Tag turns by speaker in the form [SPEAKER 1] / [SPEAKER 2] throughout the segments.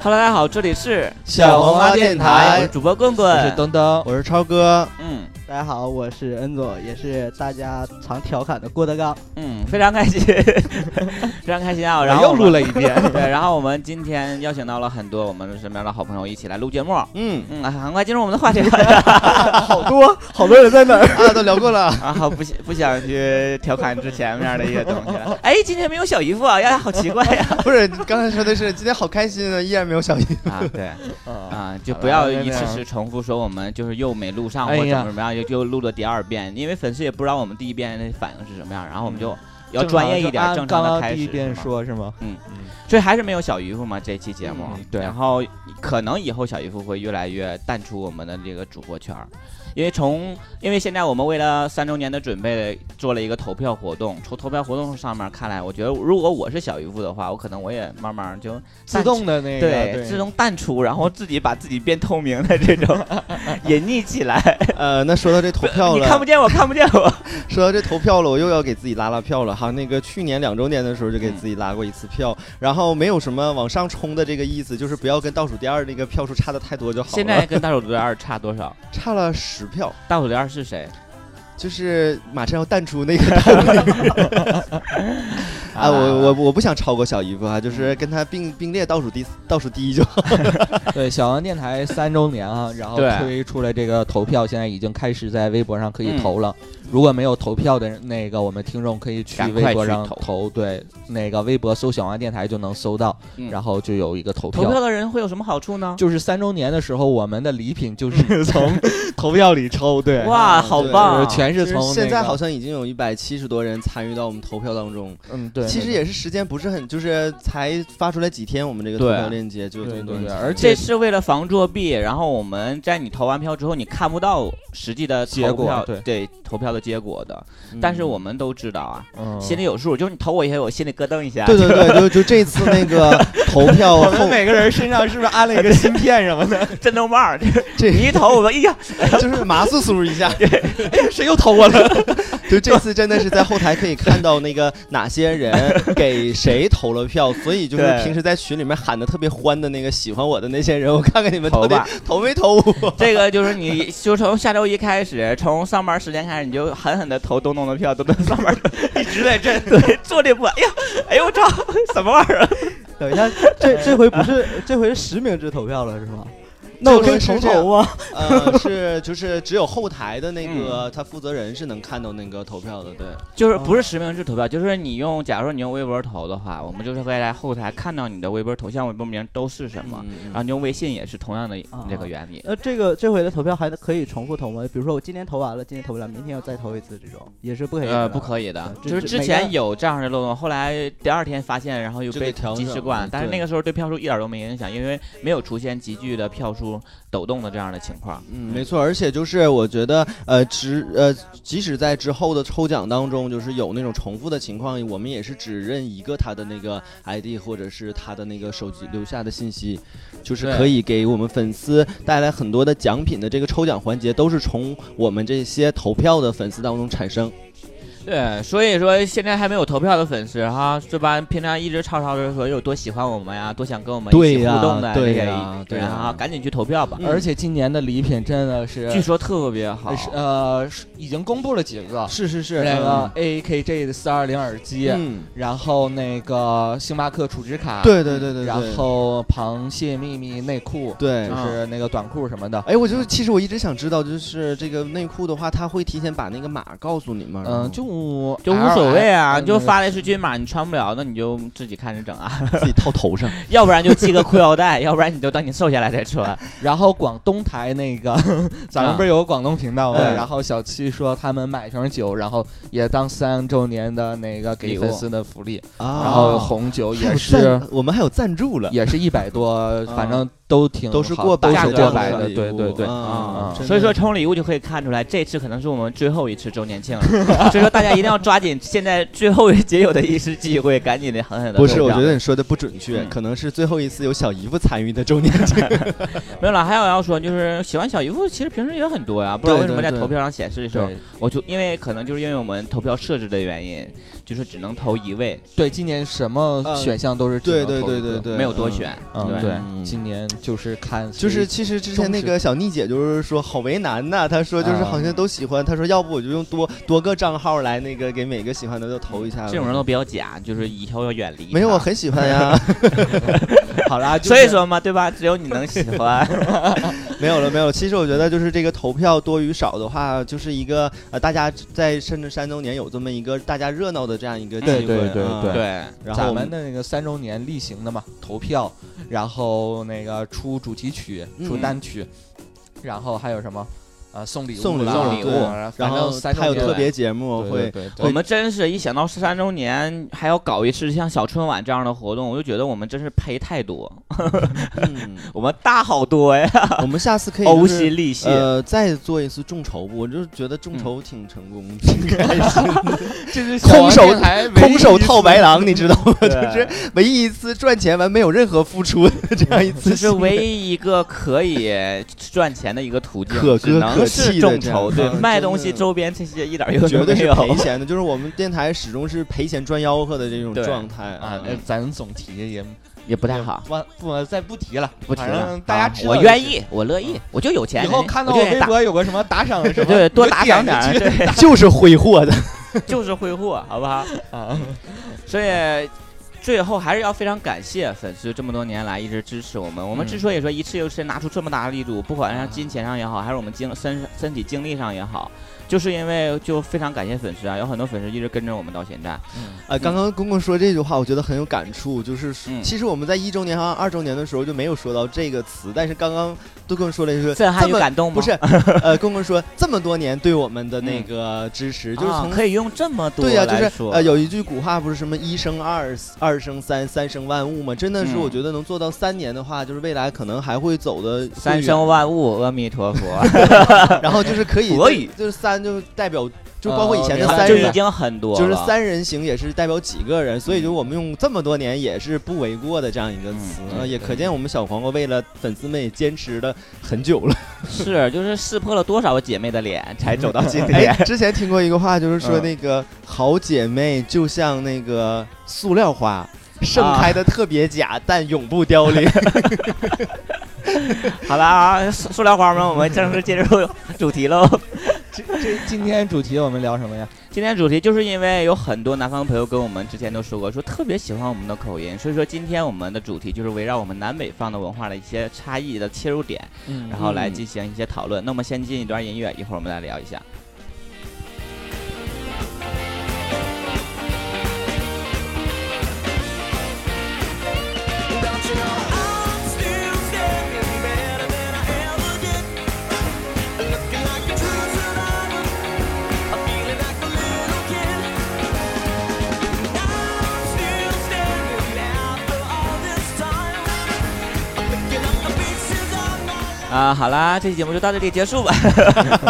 [SPEAKER 1] Hello，大家好，这里是
[SPEAKER 2] 小红花电
[SPEAKER 1] 我是
[SPEAKER 2] 台，
[SPEAKER 1] 主播棍
[SPEAKER 2] 我是
[SPEAKER 1] 棍，
[SPEAKER 2] 东东，
[SPEAKER 3] 我是超哥，
[SPEAKER 1] 嗯
[SPEAKER 4] 大家好，我是恩佐，也是大家常调侃的郭德纲。
[SPEAKER 1] 嗯，非常开心， 非常开心啊！然
[SPEAKER 2] 我
[SPEAKER 1] 后
[SPEAKER 2] 又
[SPEAKER 1] 我
[SPEAKER 2] 录
[SPEAKER 1] 们
[SPEAKER 2] 了一遍。
[SPEAKER 1] 对，然后我们今天邀请到了很多我们身边的好朋友一起来录节目，
[SPEAKER 3] 嗯，
[SPEAKER 1] 嗯，很快进入我们的话题了。
[SPEAKER 4] 好多好多人在哪儿？
[SPEAKER 3] 啊，都聊过了，
[SPEAKER 1] 然后不想不想去调侃之前面的一些东西了。哎，今天没有小姨夫啊，呀，好奇怪呀！
[SPEAKER 3] 不是，你刚才说的是今天好开心啊，依然没有小姨，
[SPEAKER 1] 啊，对，
[SPEAKER 2] 啊
[SPEAKER 1] 啊，就
[SPEAKER 2] 好
[SPEAKER 1] 不
[SPEAKER 2] 了
[SPEAKER 1] 要
[SPEAKER 2] 妹
[SPEAKER 1] 一
[SPEAKER 2] 妹
[SPEAKER 1] 次
[SPEAKER 2] 啊
[SPEAKER 1] 次重复说我们就是又没录上或
[SPEAKER 2] 哎
[SPEAKER 1] 者
[SPEAKER 2] 呀
[SPEAKER 1] 怎么样，又又录了第二遍，因为粉丝也不知道我们第一遍的反应是什么样，然后我们就要
[SPEAKER 2] 嗯正
[SPEAKER 1] 专
[SPEAKER 2] 常
[SPEAKER 1] 业
[SPEAKER 2] 就
[SPEAKER 1] 一点，
[SPEAKER 2] 按
[SPEAKER 1] 正常
[SPEAKER 2] 刚
[SPEAKER 1] 的
[SPEAKER 2] 刚
[SPEAKER 1] 开
[SPEAKER 2] 第一
[SPEAKER 1] 始。
[SPEAKER 2] 遍
[SPEAKER 1] 是吗
[SPEAKER 2] 说是吗？
[SPEAKER 1] 嗯
[SPEAKER 2] 嗯，
[SPEAKER 1] 所以还是没有小姨夫嘛这期节目，
[SPEAKER 2] 嗯对
[SPEAKER 1] 然后可能以后小姨夫会越来越淡出我们的这个主播圈儿，因为从因为现在我们为了三周年的准备做了一个投票活动，从投票活动上面看来，我觉得如果我是小姨夫的话，我可能我也慢慢就
[SPEAKER 2] 自动的那个
[SPEAKER 1] 对自动淡出，然后自己把自己变透明的这 种隐匿起来，
[SPEAKER 3] 呃，那说到这投票
[SPEAKER 1] 你看不
[SPEAKER 3] 了，
[SPEAKER 1] 见我，看不见 我，
[SPEAKER 3] 说到这投票了，我又要给自己拉拉票了哈。那个去年两周年的时候就给自己拉过一次票，然后没有什么往上冲的这个意思，就是不要跟倒数第二那个票数差的太多就好了。
[SPEAKER 1] 现在跟倒数第二差多少？
[SPEAKER 3] 差了十票，
[SPEAKER 1] 倒数第二是谁？
[SPEAKER 3] 就是马上要淡出那个倒 数啊，我我我不想超过小姨夫啊，就是跟他并并列倒数第倒数第一就好。
[SPEAKER 2] 对小王电台三周年啊，然后
[SPEAKER 1] 对
[SPEAKER 2] 推出了这个投票，现在已经开始在微博上可以
[SPEAKER 1] 嗯
[SPEAKER 2] 投了。如果没有投票的人那个我们听众可以
[SPEAKER 1] 嗯
[SPEAKER 2] 去
[SPEAKER 1] 赶快
[SPEAKER 2] 微博
[SPEAKER 1] 去
[SPEAKER 2] 上
[SPEAKER 1] 投
[SPEAKER 2] 投，对，那个微博搜小王电台就能搜到，
[SPEAKER 1] 嗯
[SPEAKER 2] 然后就有一个投
[SPEAKER 1] 投票的人会有什么好处呢？
[SPEAKER 2] 就是三周年的时候，我们的礼品就是
[SPEAKER 4] 嗯
[SPEAKER 2] 从投票里抽，对，
[SPEAKER 1] 哇，
[SPEAKER 3] 啊
[SPEAKER 1] 好
[SPEAKER 3] 对
[SPEAKER 1] 棒
[SPEAKER 2] 就
[SPEAKER 1] 啊！
[SPEAKER 2] 是全是
[SPEAKER 3] 就是
[SPEAKER 2] 从
[SPEAKER 3] 现
[SPEAKER 2] 那
[SPEAKER 3] 在
[SPEAKER 2] 个
[SPEAKER 3] 好像已经有一百七十多人参与到我们投票当中，
[SPEAKER 2] 嗯，对，
[SPEAKER 3] 其实也是时间不是很，就是才发出来几天，我们这个投
[SPEAKER 1] 对
[SPEAKER 3] 票链接就有这
[SPEAKER 2] 对
[SPEAKER 3] 么
[SPEAKER 2] 对
[SPEAKER 3] 多
[SPEAKER 2] 对
[SPEAKER 3] 人
[SPEAKER 2] 对，
[SPEAKER 3] 参与
[SPEAKER 2] 而
[SPEAKER 1] 这
[SPEAKER 2] 且
[SPEAKER 1] 是为了防作弊，然后我们在你投完票之后，你看不到实际的投
[SPEAKER 2] 结果
[SPEAKER 1] 票
[SPEAKER 2] 对
[SPEAKER 1] 投票的结果的。
[SPEAKER 3] 嗯
[SPEAKER 1] 但是我们都知道啊，
[SPEAKER 2] 嗯
[SPEAKER 1] 心里有数，就是你投我一下，我心里咯噔一下。
[SPEAKER 3] 对对对，就就这次那个投票
[SPEAKER 2] 我
[SPEAKER 3] 后
[SPEAKER 2] 们，每个人身上是不是安了一个芯片什么的？
[SPEAKER 1] 对，震动棒儿，就是
[SPEAKER 3] 这
[SPEAKER 1] 你一投我们，哎呀，
[SPEAKER 3] 就是麻酥酥一下，
[SPEAKER 2] 谁又投我了？
[SPEAKER 3] 就这次真的是在后台可以看到那个哪些人给谁投了票，所以就是
[SPEAKER 1] 对
[SPEAKER 3] 平时在群里面喊的特别欢的那个喜欢我的那些人，我看看你们
[SPEAKER 1] 投
[SPEAKER 3] 到底
[SPEAKER 1] 吧
[SPEAKER 3] 投没投我。
[SPEAKER 1] 这个就是你，就从下周一开始，从上班时间开始，你就狠狠的投东东的票，东东上 班一直在震，对，坐立不安。哎呀，哎呦我操，什么玩意儿啊？
[SPEAKER 4] 等一下，这这回不是这回是实名制投票了是吗？那我可以重投吗？
[SPEAKER 3] 呃，是就是只有后台的那个他负责人是能看到那个投票的，对。
[SPEAKER 1] 就是不是实名制投票，就是你用，假如说你用微博投的话，我们就是会在后台看到你的微博头像、微博名都是什么，
[SPEAKER 3] 嗯
[SPEAKER 1] 然后你用微信也是同样的
[SPEAKER 4] 啊
[SPEAKER 1] 这个原理。
[SPEAKER 4] 呃，这个这回的投票还能可以重复投吗？比如说我今天投完了，今天投不了，明天要再投一次，这种也是不可以的。
[SPEAKER 1] 呃，不可以的，
[SPEAKER 4] 对
[SPEAKER 1] 就是
[SPEAKER 4] 这
[SPEAKER 1] 之
[SPEAKER 4] 每个
[SPEAKER 1] 前有这样的漏洞，后来第二天发现，然后又
[SPEAKER 3] 就
[SPEAKER 1] 被
[SPEAKER 3] 给调
[SPEAKER 1] 及时
[SPEAKER 3] 整
[SPEAKER 1] 管
[SPEAKER 3] 了，
[SPEAKER 1] 但是那
[SPEAKER 3] 对
[SPEAKER 1] 个时候对票数一点都没影响，因为没有出现急剧的票数抖动的这样的情况。
[SPEAKER 3] 嗯，没错，而且就是我觉得，呃，之呃，即使在之后的抽奖当中，就是有那种重复的情况，我们也是只认一个他的那个 ID 或者是他的那个手机留下的信息，就是
[SPEAKER 1] 对
[SPEAKER 3] 可以给我们粉丝带来很多的奖品的这个抽奖环节，都是从我们这些投票的粉丝当中产生。
[SPEAKER 1] 对，所以说现在还没有投票的粉丝哈，这帮平常一直吵吵着说有多喜欢我们呀，多想跟我们一
[SPEAKER 3] 对
[SPEAKER 1] 起
[SPEAKER 3] 呀
[SPEAKER 1] 互动的这
[SPEAKER 3] 对
[SPEAKER 1] 些
[SPEAKER 3] 呀对
[SPEAKER 1] 人
[SPEAKER 3] 呀
[SPEAKER 1] 啊，赶紧去投票吧。
[SPEAKER 3] 嗯
[SPEAKER 2] 而且今年的礼品真的是，
[SPEAKER 1] 据说特别好，
[SPEAKER 2] 是呃，是已经公布了几个，
[SPEAKER 3] 是是是
[SPEAKER 2] 那个 AKG 的四二零耳机，
[SPEAKER 3] 嗯，
[SPEAKER 2] 然后那个星巴克储值卡，，
[SPEAKER 3] 对对对对对，
[SPEAKER 2] 然后螃蟹秘密内裤，
[SPEAKER 3] 对
[SPEAKER 2] 就。
[SPEAKER 4] 嗯
[SPEAKER 2] 是那个短裤什么的。
[SPEAKER 3] 哎，我就其实我一直想知道，就是这个内裤的话，他会提前把那个码告诉你吗？
[SPEAKER 2] 嗯，就
[SPEAKER 1] 就无所谓啊，
[SPEAKER 2] LS
[SPEAKER 3] 嗯
[SPEAKER 1] 你就发的是均码，你穿不了，那你就自己看着整啊，
[SPEAKER 3] 自己套头上。
[SPEAKER 1] 要不然就系个裤腰带， 要不然你就等你瘦下来再穿。
[SPEAKER 2] 然后广东台那个，咱们
[SPEAKER 3] 啊
[SPEAKER 2] 不是有广东频道吗？
[SPEAKER 3] 嗯
[SPEAKER 2] 然后小七说他们买瓶酒，然后也当三周年的那个给
[SPEAKER 1] 礼物
[SPEAKER 2] 粉丝的福利，
[SPEAKER 3] 啊
[SPEAKER 2] 然后红酒
[SPEAKER 3] 还
[SPEAKER 2] 也
[SPEAKER 3] 有
[SPEAKER 2] 是
[SPEAKER 3] 赞，我们还有赞助了。
[SPEAKER 2] 也是一百 多，
[SPEAKER 3] 啊
[SPEAKER 2] 反正都挺
[SPEAKER 3] 都是
[SPEAKER 2] 好
[SPEAKER 3] 过
[SPEAKER 2] 都
[SPEAKER 1] 百的
[SPEAKER 2] 是过
[SPEAKER 1] 了
[SPEAKER 2] 百
[SPEAKER 3] 礼
[SPEAKER 2] 的，对
[SPEAKER 3] 物
[SPEAKER 2] 对对。
[SPEAKER 3] 啊
[SPEAKER 2] 啊，
[SPEAKER 3] 真
[SPEAKER 1] 所以
[SPEAKER 3] 的
[SPEAKER 1] 说从礼物就可以看出来，这次可能是我们最后一次周年 庆了，所以说大家一定要抓紧现在最后一节有的一丝机会，赶紧的狠狠的。
[SPEAKER 3] 不是，我觉得你说的不准确，
[SPEAKER 1] 嗯
[SPEAKER 3] 可能是最后一次有小姨夫参与的周 年庆。
[SPEAKER 1] 没有了。还有要说就是喜欢小姨夫，其实平时也很多呀，不知道为什么在
[SPEAKER 3] 对对
[SPEAKER 1] 投票上显示的时候，
[SPEAKER 2] 对
[SPEAKER 1] 我就因为可能就是因为我们投票设置的原因，就是只能投一位，
[SPEAKER 2] 对，今年什么
[SPEAKER 3] 呃
[SPEAKER 2] 选项都是只
[SPEAKER 3] 对
[SPEAKER 2] 能
[SPEAKER 3] 对
[SPEAKER 2] 投一
[SPEAKER 3] 对
[SPEAKER 2] 个
[SPEAKER 3] 对对，
[SPEAKER 1] 没有多
[SPEAKER 3] 嗯
[SPEAKER 1] 选。
[SPEAKER 2] 嗯，
[SPEAKER 1] 对，
[SPEAKER 3] 嗯
[SPEAKER 2] 对，今年就是看谁，
[SPEAKER 3] 就是 其实之前那个小妮姐就是说好为难呐、她说就是
[SPEAKER 2] 啊
[SPEAKER 3] 好像都喜欢，她说要不我就用多多个账号来那个给每个喜欢的都投一下吧。
[SPEAKER 1] 这种人都比较假，就是以后要远离他。
[SPEAKER 3] 没有，我很喜欢呀。
[SPEAKER 2] 好啦，就
[SPEAKER 1] 所以
[SPEAKER 2] 是
[SPEAKER 1] 说嘛，对吧？只有你能喜 欢。
[SPEAKER 3] 没有了，没有了。其实我觉得就是这个投票多与少的话，就是一个呃，大家在甚至三周年有这么一个大家热闹的这样一个机
[SPEAKER 2] 嗯对
[SPEAKER 3] 会。
[SPEAKER 2] 对对
[SPEAKER 3] 啊
[SPEAKER 2] 对
[SPEAKER 1] 对，
[SPEAKER 3] 然后
[SPEAKER 2] 咱
[SPEAKER 3] 我
[SPEAKER 2] 们
[SPEAKER 3] 们
[SPEAKER 2] 的那个三周年例行的嘛，投 票，然后那个出主题曲、出
[SPEAKER 3] 嗯
[SPEAKER 2] 单曲，然后还有什么？呃，送礼物啦，
[SPEAKER 3] 送礼
[SPEAKER 1] 送礼物
[SPEAKER 2] 对
[SPEAKER 3] 然
[SPEAKER 2] 反
[SPEAKER 3] 后
[SPEAKER 2] 正三周
[SPEAKER 3] 还有
[SPEAKER 2] 年
[SPEAKER 3] 特别节目
[SPEAKER 2] 对
[SPEAKER 3] 会
[SPEAKER 2] 对对对
[SPEAKER 1] 我们真是一想到十三周年还要搞一次像小春晚这样的活动，我就觉得我们真是赔太 多，
[SPEAKER 3] 嗯，
[SPEAKER 1] 我们大好多哎呀，
[SPEAKER 3] 我们下次可以
[SPEAKER 1] 呕
[SPEAKER 3] 就是
[SPEAKER 1] 心沥血。
[SPEAKER 3] 呃，再做一次众筹部，我就是觉得众筹挺成功的， 应该是
[SPEAKER 2] 这是
[SPEAKER 3] 嗯空
[SPEAKER 2] 小
[SPEAKER 3] 手
[SPEAKER 2] 王电台唯
[SPEAKER 3] 空
[SPEAKER 2] 一
[SPEAKER 3] 手
[SPEAKER 2] 一次
[SPEAKER 3] 套白狼，你知道 吗？
[SPEAKER 1] 对
[SPEAKER 3] 就是唯一一次赚钱完没有任何付出的 这样一次
[SPEAKER 1] 这
[SPEAKER 3] 行
[SPEAKER 1] 是
[SPEAKER 3] 为，
[SPEAKER 1] 唯一一个可以赚钱的一个途径，
[SPEAKER 3] 可歌
[SPEAKER 1] 只能
[SPEAKER 3] 可
[SPEAKER 1] 是
[SPEAKER 3] 泣的
[SPEAKER 1] 众
[SPEAKER 3] 这
[SPEAKER 1] 筹，
[SPEAKER 3] 样
[SPEAKER 1] 对
[SPEAKER 3] 嗯，
[SPEAKER 1] 卖
[SPEAKER 3] 真
[SPEAKER 1] 东西
[SPEAKER 3] 的
[SPEAKER 1] 周边这些一点用
[SPEAKER 3] 绝
[SPEAKER 1] 都
[SPEAKER 3] 对
[SPEAKER 1] 没
[SPEAKER 3] 是赔
[SPEAKER 1] 有。
[SPEAKER 3] 钱的，就是我们电台始终是赔钱赚吆喝的这种
[SPEAKER 1] 对
[SPEAKER 3] 状态啊
[SPEAKER 2] 啊，呃咱总提也
[SPEAKER 1] 也不太好，
[SPEAKER 2] 不不再不提了，
[SPEAKER 1] 不提
[SPEAKER 2] 反
[SPEAKER 1] 了
[SPEAKER 2] 正。大家
[SPEAKER 1] 啊
[SPEAKER 2] 知道
[SPEAKER 1] 我
[SPEAKER 2] 就
[SPEAKER 1] 愿
[SPEAKER 2] 行。
[SPEAKER 1] 意，我乐意，我就有钱。
[SPEAKER 2] 以后看到
[SPEAKER 1] 我
[SPEAKER 2] 我
[SPEAKER 1] 就愿意
[SPEAKER 2] 微
[SPEAKER 1] 打
[SPEAKER 2] 博有个什么打赏什 么，
[SPEAKER 1] 对，多
[SPEAKER 2] 你就
[SPEAKER 1] 打
[SPEAKER 2] 点
[SPEAKER 1] 赏点
[SPEAKER 2] 进
[SPEAKER 1] 儿，
[SPEAKER 2] 去
[SPEAKER 1] 对，
[SPEAKER 3] 就是挥霍的。
[SPEAKER 1] 就是挥霍，好不好？
[SPEAKER 2] 啊，
[SPEAKER 1] 所以最后还是要非常感谢粉丝这么多年来一直支持我们。我们
[SPEAKER 2] 嗯
[SPEAKER 1] 之所以说一次又一次拿出这么大的力度，不管
[SPEAKER 3] 啊
[SPEAKER 1] 是金钱上也好，还是我们精身身体精力上也好，就是因为就非常感谢粉丝啊，有很多粉丝一直跟着我们到现在。
[SPEAKER 3] 啊，刚刚公公说这句话，我觉得很有感触，就是说
[SPEAKER 1] 嗯
[SPEAKER 3] 其实我们在一周年和二周年的时候就没有说到这个词，但是刚刚杜公说了一句，
[SPEAKER 1] 震撼
[SPEAKER 3] 这
[SPEAKER 1] 与
[SPEAKER 3] 么
[SPEAKER 1] 感动吗？
[SPEAKER 3] 不是，
[SPEAKER 1] 啊，
[SPEAKER 3] 呃，公公说这么多年对我们的那个支持，就是
[SPEAKER 1] 啊
[SPEAKER 3] 从
[SPEAKER 1] 可以用这么嗯多
[SPEAKER 3] 对呀、
[SPEAKER 1] 来
[SPEAKER 3] 就是
[SPEAKER 1] 说
[SPEAKER 3] 呃，有一句古话不是什么一生二，二生三，三生万物嘛。真的是，
[SPEAKER 1] 嗯
[SPEAKER 3] 我觉得能做到三年的话，就是未来可能还会走的
[SPEAKER 1] 三生万物，阿弥 陀佛，
[SPEAKER 3] 然后就是可以
[SPEAKER 1] 佛语
[SPEAKER 3] 就是三就代表，就包括以前的
[SPEAKER 2] 哦明白
[SPEAKER 3] 三
[SPEAKER 1] 啊就
[SPEAKER 3] 人。
[SPEAKER 1] 已经很多了，
[SPEAKER 3] 就是三人行也是代表几个人，所以就我们用这么多年也是不为过的这样一个词，
[SPEAKER 1] 嗯
[SPEAKER 3] 呃
[SPEAKER 2] 对
[SPEAKER 3] 也
[SPEAKER 2] 对
[SPEAKER 3] 可见我们小黄瓜为了粉丝们也坚持了很久了。
[SPEAKER 1] 是就是识破了多少个姐妹的脸才走到今
[SPEAKER 3] 哎
[SPEAKER 1] 天。，
[SPEAKER 3] 之前听过一个话，就是说
[SPEAKER 1] 嗯
[SPEAKER 3] 那个好姐妹就像那个塑料花，盛开的特别假，但永不凋 零。
[SPEAKER 1] 好了啊，塑塑料花们，我们正式进入主题喽。
[SPEAKER 2] 这这今天主题我们聊什么呀？
[SPEAKER 1] 今天主题就是因为有很多南方朋友跟我们之前都说过，说特别喜欢我们的口音，所以说今天我们的主题就是围绕我们南北方的文化的一些差异的切入点，
[SPEAKER 2] 嗯
[SPEAKER 1] 然后来进行一些讨论。那么先进一段音乐，一会儿我们来聊一下。啊，好啦，这期节目就到这里结束吧。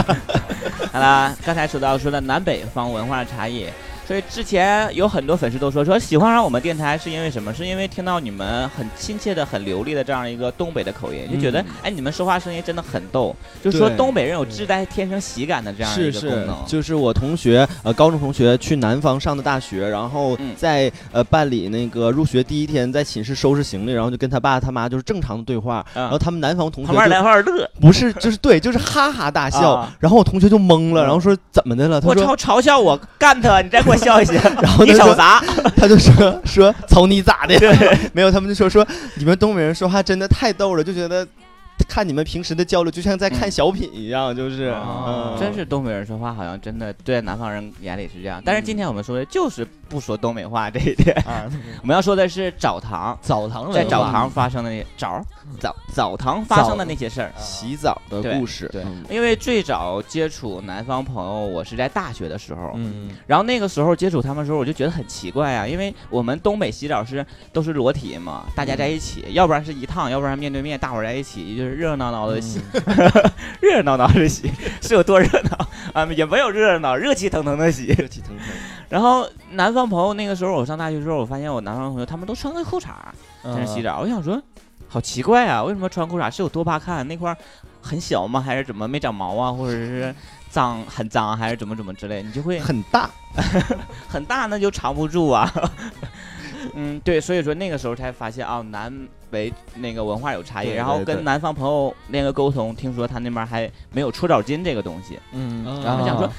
[SPEAKER 1] 好啦，刚才说到说的南北方文化的差异，所以之前有很多粉丝都说说喜欢上我们电台是因为什么？是因为听到你们很亲切的、很流利的这样一个东北的口音，就觉得、
[SPEAKER 3] 嗯
[SPEAKER 1] 哎，你们说话声音真的很逗，就是说
[SPEAKER 3] 对
[SPEAKER 1] 东北人有自带天生喜感的这样一
[SPEAKER 3] 是
[SPEAKER 1] 个
[SPEAKER 3] 是
[SPEAKER 1] 功能。，
[SPEAKER 3] 就是我同学，呃，高中同学去南方上的大学，然后
[SPEAKER 1] 嗯
[SPEAKER 3] 在呃办理那个入学第一天，在寝室收拾行李，然后就跟他爸他妈就是正常的对话，
[SPEAKER 1] 嗯
[SPEAKER 3] 然后他们南方同学
[SPEAKER 1] 旁边
[SPEAKER 3] 就
[SPEAKER 1] 来块乐，
[SPEAKER 3] 不是就是对就是哈哈大笑
[SPEAKER 1] 啊，
[SPEAKER 3] 然后我同学就懵了，
[SPEAKER 1] 嗯
[SPEAKER 3] 然后说怎么的了？他
[SPEAKER 1] 我
[SPEAKER 3] 说
[SPEAKER 1] 嘲嘲笑我，干他！你再给我笑一笑，
[SPEAKER 3] 然后
[SPEAKER 1] 你
[SPEAKER 3] 他
[SPEAKER 1] 瞅
[SPEAKER 3] 说
[SPEAKER 1] 啥？
[SPEAKER 3] 他 就说说瞅你咋的？ 没有，他们就说说你们东北人说话真的太逗了，就觉得看你们平时的交流就像在看小品一样，就是、
[SPEAKER 1] 哦
[SPEAKER 3] 嗯
[SPEAKER 1] 真是东北人说话好像真的对南方人眼里是这样，但是今天我们说的就是不说东北话这一点，
[SPEAKER 2] 啊， 嗯
[SPEAKER 1] 我们要说的是澡堂，
[SPEAKER 2] 澡堂文
[SPEAKER 1] 在
[SPEAKER 2] 化
[SPEAKER 1] 澡堂发生的那些澡儿澡澡堂发生的那些事儿。
[SPEAKER 3] 洗澡的
[SPEAKER 1] 对
[SPEAKER 3] 故事，
[SPEAKER 2] 对
[SPEAKER 3] 嗯
[SPEAKER 1] 因为最早接触南方朋友，我是在大学的时候，
[SPEAKER 2] 嗯，
[SPEAKER 1] 然后那个时候接触他们的时候，我就觉得很奇怪啊，因为我们东北洗澡是都是裸体嘛，大家在一起，
[SPEAKER 3] 嗯
[SPEAKER 1] 要不然是一趟，要不然面对面，大伙儿在一起，就是热热闹闹的洗，
[SPEAKER 3] 嗯
[SPEAKER 1] 热热闹闹的洗，是有多热闹啊？也没有热热闹，热气腾腾的洗。
[SPEAKER 3] 热气腾腾。
[SPEAKER 1] 然后南方朋友那个时候，我上大学之后，我发现我南方朋友他们都穿个裤衩儿在
[SPEAKER 3] 嗯
[SPEAKER 1] 那洗
[SPEAKER 2] 澡，
[SPEAKER 1] 澡，我想说，好奇怪啊，为什么穿裤衩？是有多怕看？那块儿很小吗？还是怎么没长毛啊？或者是脏很脏，啊还是怎么怎么之类？你就会
[SPEAKER 3] 很大，
[SPEAKER 1] 很大那就藏不住啊。 嗯，对，所以说那个时候才发现啊，南北那个文化有差异，
[SPEAKER 3] 对
[SPEAKER 1] 然后
[SPEAKER 3] 对
[SPEAKER 1] 跟
[SPEAKER 3] 对
[SPEAKER 1] 南方朋友那个沟通，听说他那边还没有搓澡巾这个东西，
[SPEAKER 2] 嗯，
[SPEAKER 3] 啊
[SPEAKER 2] 然
[SPEAKER 1] 我
[SPEAKER 2] 后
[SPEAKER 1] 想说，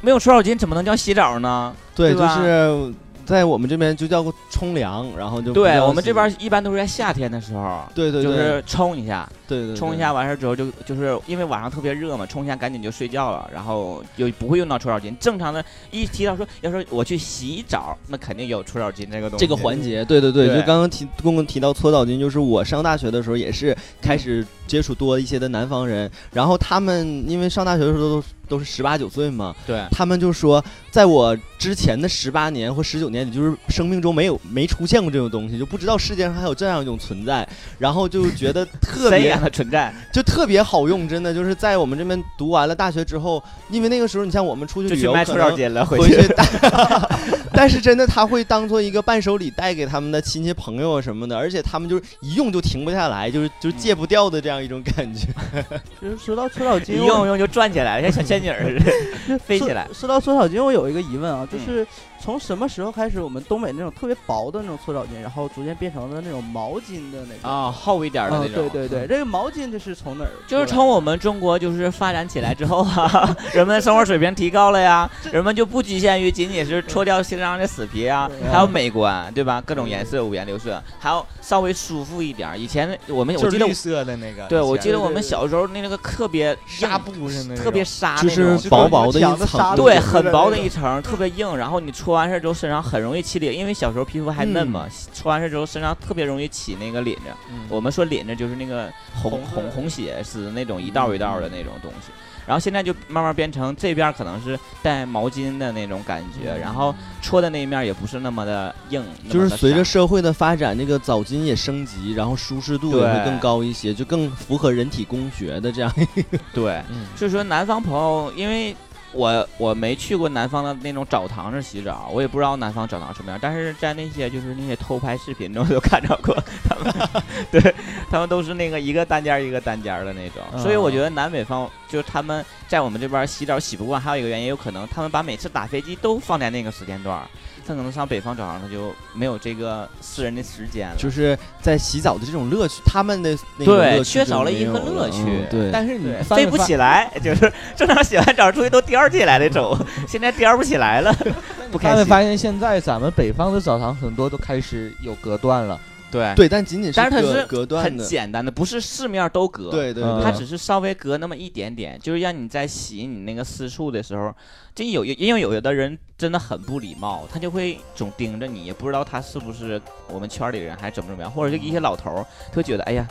[SPEAKER 1] 没有搓澡巾怎么能叫洗澡呢？
[SPEAKER 3] 对，
[SPEAKER 1] 对
[SPEAKER 3] 就
[SPEAKER 1] 吧
[SPEAKER 3] 是在我们这边就叫冲凉，然后就不
[SPEAKER 1] 对
[SPEAKER 3] 叫
[SPEAKER 1] 我们
[SPEAKER 3] 洗
[SPEAKER 1] 这边，一般都是在夏天的时候，
[SPEAKER 3] 对对
[SPEAKER 1] 就
[SPEAKER 3] 对，
[SPEAKER 1] 是冲一下，
[SPEAKER 3] 对对
[SPEAKER 1] 冲一下，完事儿之后就就是因为晚上特别热嘛，冲一下赶紧就睡觉了，然后就不会用到搓澡巾。正常的，一提到说要说我去洗澡，那肯定有搓澡巾这个东西。
[SPEAKER 3] 这个环节，对对对，
[SPEAKER 1] 对
[SPEAKER 3] 就刚刚提公公提到搓澡巾，就是我上大学的时候也是开始接触多一些的南方人，然后他们因为上大学的时候都都是十八九岁嘛，
[SPEAKER 1] 对，
[SPEAKER 3] 他们就说，在我之前的十八年或十九年里，就是生命中没有没出现过这种东西，就不知道世界上还有这样一种存在，然后就觉 得特
[SPEAKER 1] 这
[SPEAKER 3] 别
[SPEAKER 1] 样的存在，
[SPEAKER 3] 就特别好用，真的就是在我们这边读完了大学之后，因为那个时候你像我们出去
[SPEAKER 1] 就
[SPEAKER 3] 旅
[SPEAKER 1] 去
[SPEAKER 3] 游，
[SPEAKER 1] 卖
[SPEAKER 3] 可
[SPEAKER 1] 搓
[SPEAKER 3] 能
[SPEAKER 1] 澡巾了，回
[SPEAKER 3] 回
[SPEAKER 1] 去。
[SPEAKER 3] 去带， 但是真的他会当做一个伴手礼带给他们的亲戚朋友啊什么的，而且他们就是一用就停不下来，就是就是戒不掉的这样一种感觉。
[SPEAKER 4] 就是说到搓澡
[SPEAKER 1] 一
[SPEAKER 4] 巾，
[SPEAKER 1] 用用就转起来，像小仙女儿似的。
[SPEAKER 4] 就
[SPEAKER 1] 飞起
[SPEAKER 4] 说
[SPEAKER 1] 来
[SPEAKER 4] 说到搓澡巾，我有一个疑问啊，就
[SPEAKER 1] 嗯
[SPEAKER 4] 是从什么时候开始，我们东北那种特别薄的那种搓澡巾，然后逐渐变成了那种毛巾的那种？
[SPEAKER 1] 啊，厚一点儿的
[SPEAKER 4] 啊
[SPEAKER 1] 那种。
[SPEAKER 4] 对对对，。这个毛巾这是从哪儿出
[SPEAKER 1] 就
[SPEAKER 4] 来
[SPEAKER 1] 是
[SPEAKER 4] 的？
[SPEAKER 1] 从我们中国就是发展起来之后啊， 人们的生活水平提高了呀，人们就不局限于仅仅是脱掉身上的死皮啊
[SPEAKER 4] 对，
[SPEAKER 1] 还有美观，对吧？各种颜色五颜六色，还有稍微舒服一点儿。以前我们我
[SPEAKER 2] 就
[SPEAKER 1] 记
[SPEAKER 2] 是
[SPEAKER 1] 得
[SPEAKER 2] 绿，色的那个，
[SPEAKER 1] 对我
[SPEAKER 2] 以前
[SPEAKER 1] 记得我
[SPEAKER 4] 对
[SPEAKER 1] 们
[SPEAKER 4] 对
[SPEAKER 1] 小时候那个特别
[SPEAKER 2] 纱
[SPEAKER 1] 硬
[SPEAKER 2] 布是那种
[SPEAKER 1] 特别纱那
[SPEAKER 3] 就
[SPEAKER 1] 种，
[SPEAKER 3] 是薄薄的一
[SPEAKER 4] 墙的
[SPEAKER 3] 层
[SPEAKER 4] 沙，子
[SPEAKER 1] 对，
[SPEAKER 4] 就是
[SPEAKER 1] 很
[SPEAKER 4] 那
[SPEAKER 1] 薄的
[SPEAKER 4] 种
[SPEAKER 1] 一层，特别硬。然后你搓完事儿之后，身上很容易起脸，因为小时候皮肤还嫩嘛，搓完事儿之后身上特别容易起那个脸子。我们说脸子就是那个红
[SPEAKER 4] 红
[SPEAKER 1] 红
[SPEAKER 4] 的
[SPEAKER 1] 红血丝那种一道一道的那种东西。然后现在就慢慢变成这边可能是带毛巾的那种感觉，然后搓的那一面也不是那么的硬，那
[SPEAKER 3] 就
[SPEAKER 1] 么
[SPEAKER 3] 是
[SPEAKER 1] 的
[SPEAKER 3] 随着
[SPEAKER 1] 散
[SPEAKER 3] 社会的发展，这个澡巾也升级，然后舒适度
[SPEAKER 1] 对
[SPEAKER 3] 也会更高一些，就更符合人体工学的这样。
[SPEAKER 1] 对，所以说南方朋友，因为我我没去过南方的那种澡堂子洗澡，我也不知道南方澡堂什么样，但是在那些就是那些偷拍视频中都看到过 他们，对他们都是那个一个单间儿一个单间儿的那种，所以我觉得南北方就是他们在我们这边洗澡洗不惯，还有一个原因有可能他们把每次打飞机都放在那个时间段儿，他可能上北方澡堂他就没有这个私人的时间了。
[SPEAKER 3] 就是在洗澡的这种乐趣，他们的那种乐
[SPEAKER 1] 对，
[SPEAKER 3] 趣
[SPEAKER 1] 缺
[SPEAKER 3] 就
[SPEAKER 1] 少了
[SPEAKER 3] 没
[SPEAKER 1] 一个
[SPEAKER 3] 有
[SPEAKER 1] 乐趣。
[SPEAKER 3] 嗯对，
[SPEAKER 2] 但是你
[SPEAKER 1] 对，
[SPEAKER 2] 翻
[SPEAKER 1] 飞
[SPEAKER 2] 着
[SPEAKER 1] 不
[SPEAKER 2] 翻
[SPEAKER 1] 起来， 就是正常洗完澡出去都颠儿起来那种，现在颠儿不起来了， 不
[SPEAKER 2] 他
[SPEAKER 1] 开
[SPEAKER 2] 们
[SPEAKER 1] 心。
[SPEAKER 2] 发现现在咱们北方的澡堂很多都开始有隔断 了，
[SPEAKER 1] 对，
[SPEAKER 3] 对，但仅仅
[SPEAKER 1] 但是它
[SPEAKER 3] 隔
[SPEAKER 1] 是
[SPEAKER 3] 隔断
[SPEAKER 1] 很
[SPEAKER 3] 的，
[SPEAKER 1] 简单的，不是四面都隔，，
[SPEAKER 3] 对对
[SPEAKER 2] 嗯
[SPEAKER 1] 它
[SPEAKER 3] 对，
[SPEAKER 1] 只是稍微隔那么一点点，就是让你在洗你那个私处的时候，这有因为有的人真的很不礼貌，他就会总盯着你，也不知道他是不是我们圈里人，还是怎么怎么样，或者就一些老头儿，他会觉得哎呀。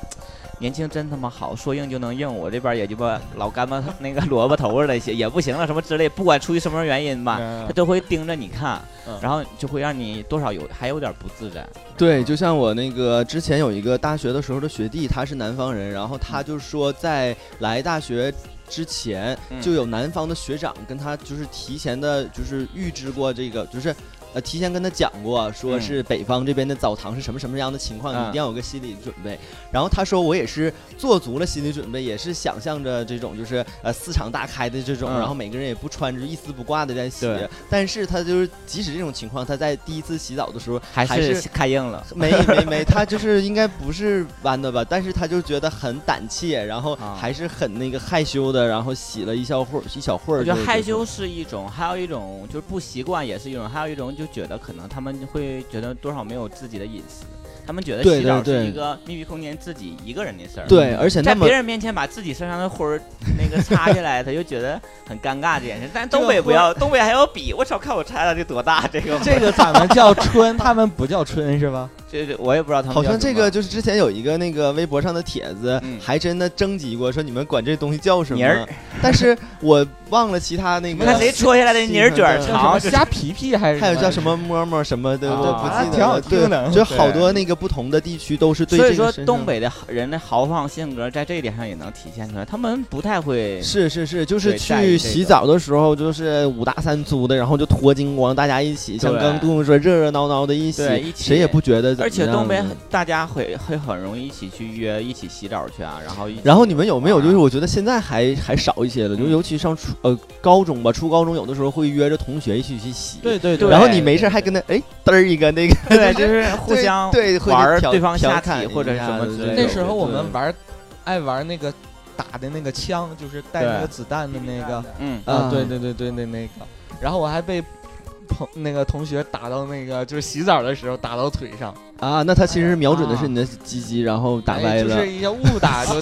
[SPEAKER 1] 年轻真他妈好，说硬就能硬。我这边也鸡巴老干巴那个萝卜头似的，也也不行了，什么之类。不管出于什么原因吧，他都会盯着你看，
[SPEAKER 2] 嗯
[SPEAKER 1] 然后就会让你多少有还有点不自在。
[SPEAKER 3] 对，就像我那个之前有一个大学的时候的学弟，他是南方人，然后他就说在来大学。之前
[SPEAKER 1] 嗯
[SPEAKER 3] 就有南方的学长跟他就是提前的，就是预知过这个，就是呃提前跟他讲过，说
[SPEAKER 1] 嗯
[SPEAKER 3] 是北方这边的澡堂是什么什么样的情况，你
[SPEAKER 1] 嗯
[SPEAKER 3] 一定要有个心理准备。然后他说我也是做足了心理准备，也是想象着这种就是呃四场大开的这种，
[SPEAKER 1] 嗯
[SPEAKER 3] 然后每个人也不穿着一丝不挂的在洗
[SPEAKER 1] 对。
[SPEAKER 3] 但是他就是即使这种情况，他在第一次洗澡的时候
[SPEAKER 1] 还
[SPEAKER 3] 还是
[SPEAKER 1] 是看硬了。
[SPEAKER 3] 没没没，他就是应该不是弯的吧，但是他就觉得很胆怯，然后
[SPEAKER 1] 啊
[SPEAKER 3] 还是很那个害羞的，然后洗了一小会儿一小会儿
[SPEAKER 1] 我
[SPEAKER 3] 就。
[SPEAKER 1] 觉得害
[SPEAKER 3] 就
[SPEAKER 1] 羞
[SPEAKER 3] 是
[SPEAKER 1] 是一种，还有一种就是不习惯也是一种，还有一种就觉得可能他们会觉得多少没有自己的隐私，他们觉得
[SPEAKER 3] 对
[SPEAKER 1] 洗澡
[SPEAKER 3] 对
[SPEAKER 1] 是
[SPEAKER 3] 对
[SPEAKER 1] 一个密闭空间自己一个人的事儿。
[SPEAKER 3] 对，而且那
[SPEAKER 1] 在
[SPEAKER 3] 么
[SPEAKER 1] 别人面前把自己身上的灰儿那个擦下 来，他就觉得很尴尬这件事。但
[SPEAKER 3] 这个
[SPEAKER 1] 东北不
[SPEAKER 3] 灰儿
[SPEAKER 1] 要， 东北还要比，我操，看我擦的这多大，这个
[SPEAKER 2] 这个咱们叫春，他们不叫春是吧？
[SPEAKER 1] 这这我也不知道他们
[SPEAKER 3] 好
[SPEAKER 1] 叫
[SPEAKER 3] 像
[SPEAKER 1] 什
[SPEAKER 3] 这
[SPEAKER 1] 么
[SPEAKER 3] 个就是之前有一个那个微博上的帖子，
[SPEAKER 1] 嗯
[SPEAKER 3] 还真的征集过，说你们管这东西叫什
[SPEAKER 1] 泥儿
[SPEAKER 3] 么？但是我忘了其他那个，
[SPEAKER 1] 看谁戳下来的泥儿卷儿
[SPEAKER 2] 叫
[SPEAKER 1] 长
[SPEAKER 2] 什么虾皮皮还是
[SPEAKER 3] 还有叫什
[SPEAKER 2] 么？
[SPEAKER 3] 么摸摸什么的，
[SPEAKER 1] 啊
[SPEAKER 3] 我都不记得了。
[SPEAKER 2] 挺好听的
[SPEAKER 3] 对就好多那个不同的地区都是对
[SPEAKER 1] 所以
[SPEAKER 3] 这个
[SPEAKER 1] 说，
[SPEAKER 3] 身上
[SPEAKER 1] 东北的人的豪放性格在这一点上也能体现出来，他们不太会
[SPEAKER 3] 是是是，就
[SPEAKER 1] 对
[SPEAKER 3] 是
[SPEAKER 1] 在意这
[SPEAKER 3] 去洗
[SPEAKER 1] 个
[SPEAKER 3] 澡的时候，就是五大三粗的，然后就脱精光，大家一起，像
[SPEAKER 1] 对
[SPEAKER 3] 刚杜牧说热热闹闹的一起
[SPEAKER 1] 对一，起
[SPEAKER 3] 谁也不觉得怎么
[SPEAKER 1] 而且东北
[SPEAKER 3] 样的
[SPEAKER 1] 很大家会会很容易一起去约，一起洗澡去啊，然后一起啊
[SPEAKER 3] 然后你们有没有就是
[SPEAKER 1] 玩
[SPEAKER 3] 我觉得现在还还少一些了，就
[SPEAKER 1] 嗯
[SPEAKER 3] 尤其上初呃高中吧，初高中有的时候会约着同学一起去洗，
[SPEAKER 2] 对对
[SPEAKER 1] 对
[SPEAKER 3] 然后你没事还跟他哎嘚儿一个那个，
[SPEAKER 1] 啊对，就是互
[SPEAKER 3] 对
[SPEAKER 1] 相
[SPEAKER 3] 对会
[SPEAKER 1] 玩儿
[SPEAKER 3] 调
[SPEAKER 1] 对方
[SPEAKER 3] 调
[SPEAKER 1] 下
[SPEAKER 3] 侃
[SPEAKER 1] 体
[SPEAKER 3] 一
[SPEAKER 1] 或者
[SPEAKER 3] 下
[SPEAKER 1] 什么
[SPEAKER 3] 的
[SPEAKER 1] 之
[SPEAKER 3] 这
[SPEAKER 1] 类的。
[SPEAKER 3] 种
[SPEAKER 2] 那时候我们
[SPEAKER 3] 对
[SPEAKER 2] 玩儿爱玩那个打的那个枪，就是带那个子弹的那个
[SPEAKER 1] 嗯，
[SPEAKER 2] 啊，
[SPEAKER 3] 嗯
[SPEAKER 2] 对对对对那那个，然后我还被朋那个同学打到那个就是洗澡的时候打到腿上，
[SPEAKER 3] 啊，那他其
[SPEAKER 1] 哎
[SPEAKER 3] 实是瞄准的
[SPEAKER 2] 啊
[SPEAKER 3] 是你的鸡鸡，然后打
[SPEAKER 2] 哎
[SPEAKER 3] 歪
[SPEAKER 2] 就
[SPEAKER 3] 了
[SPEAKER 2] 是一些误打 就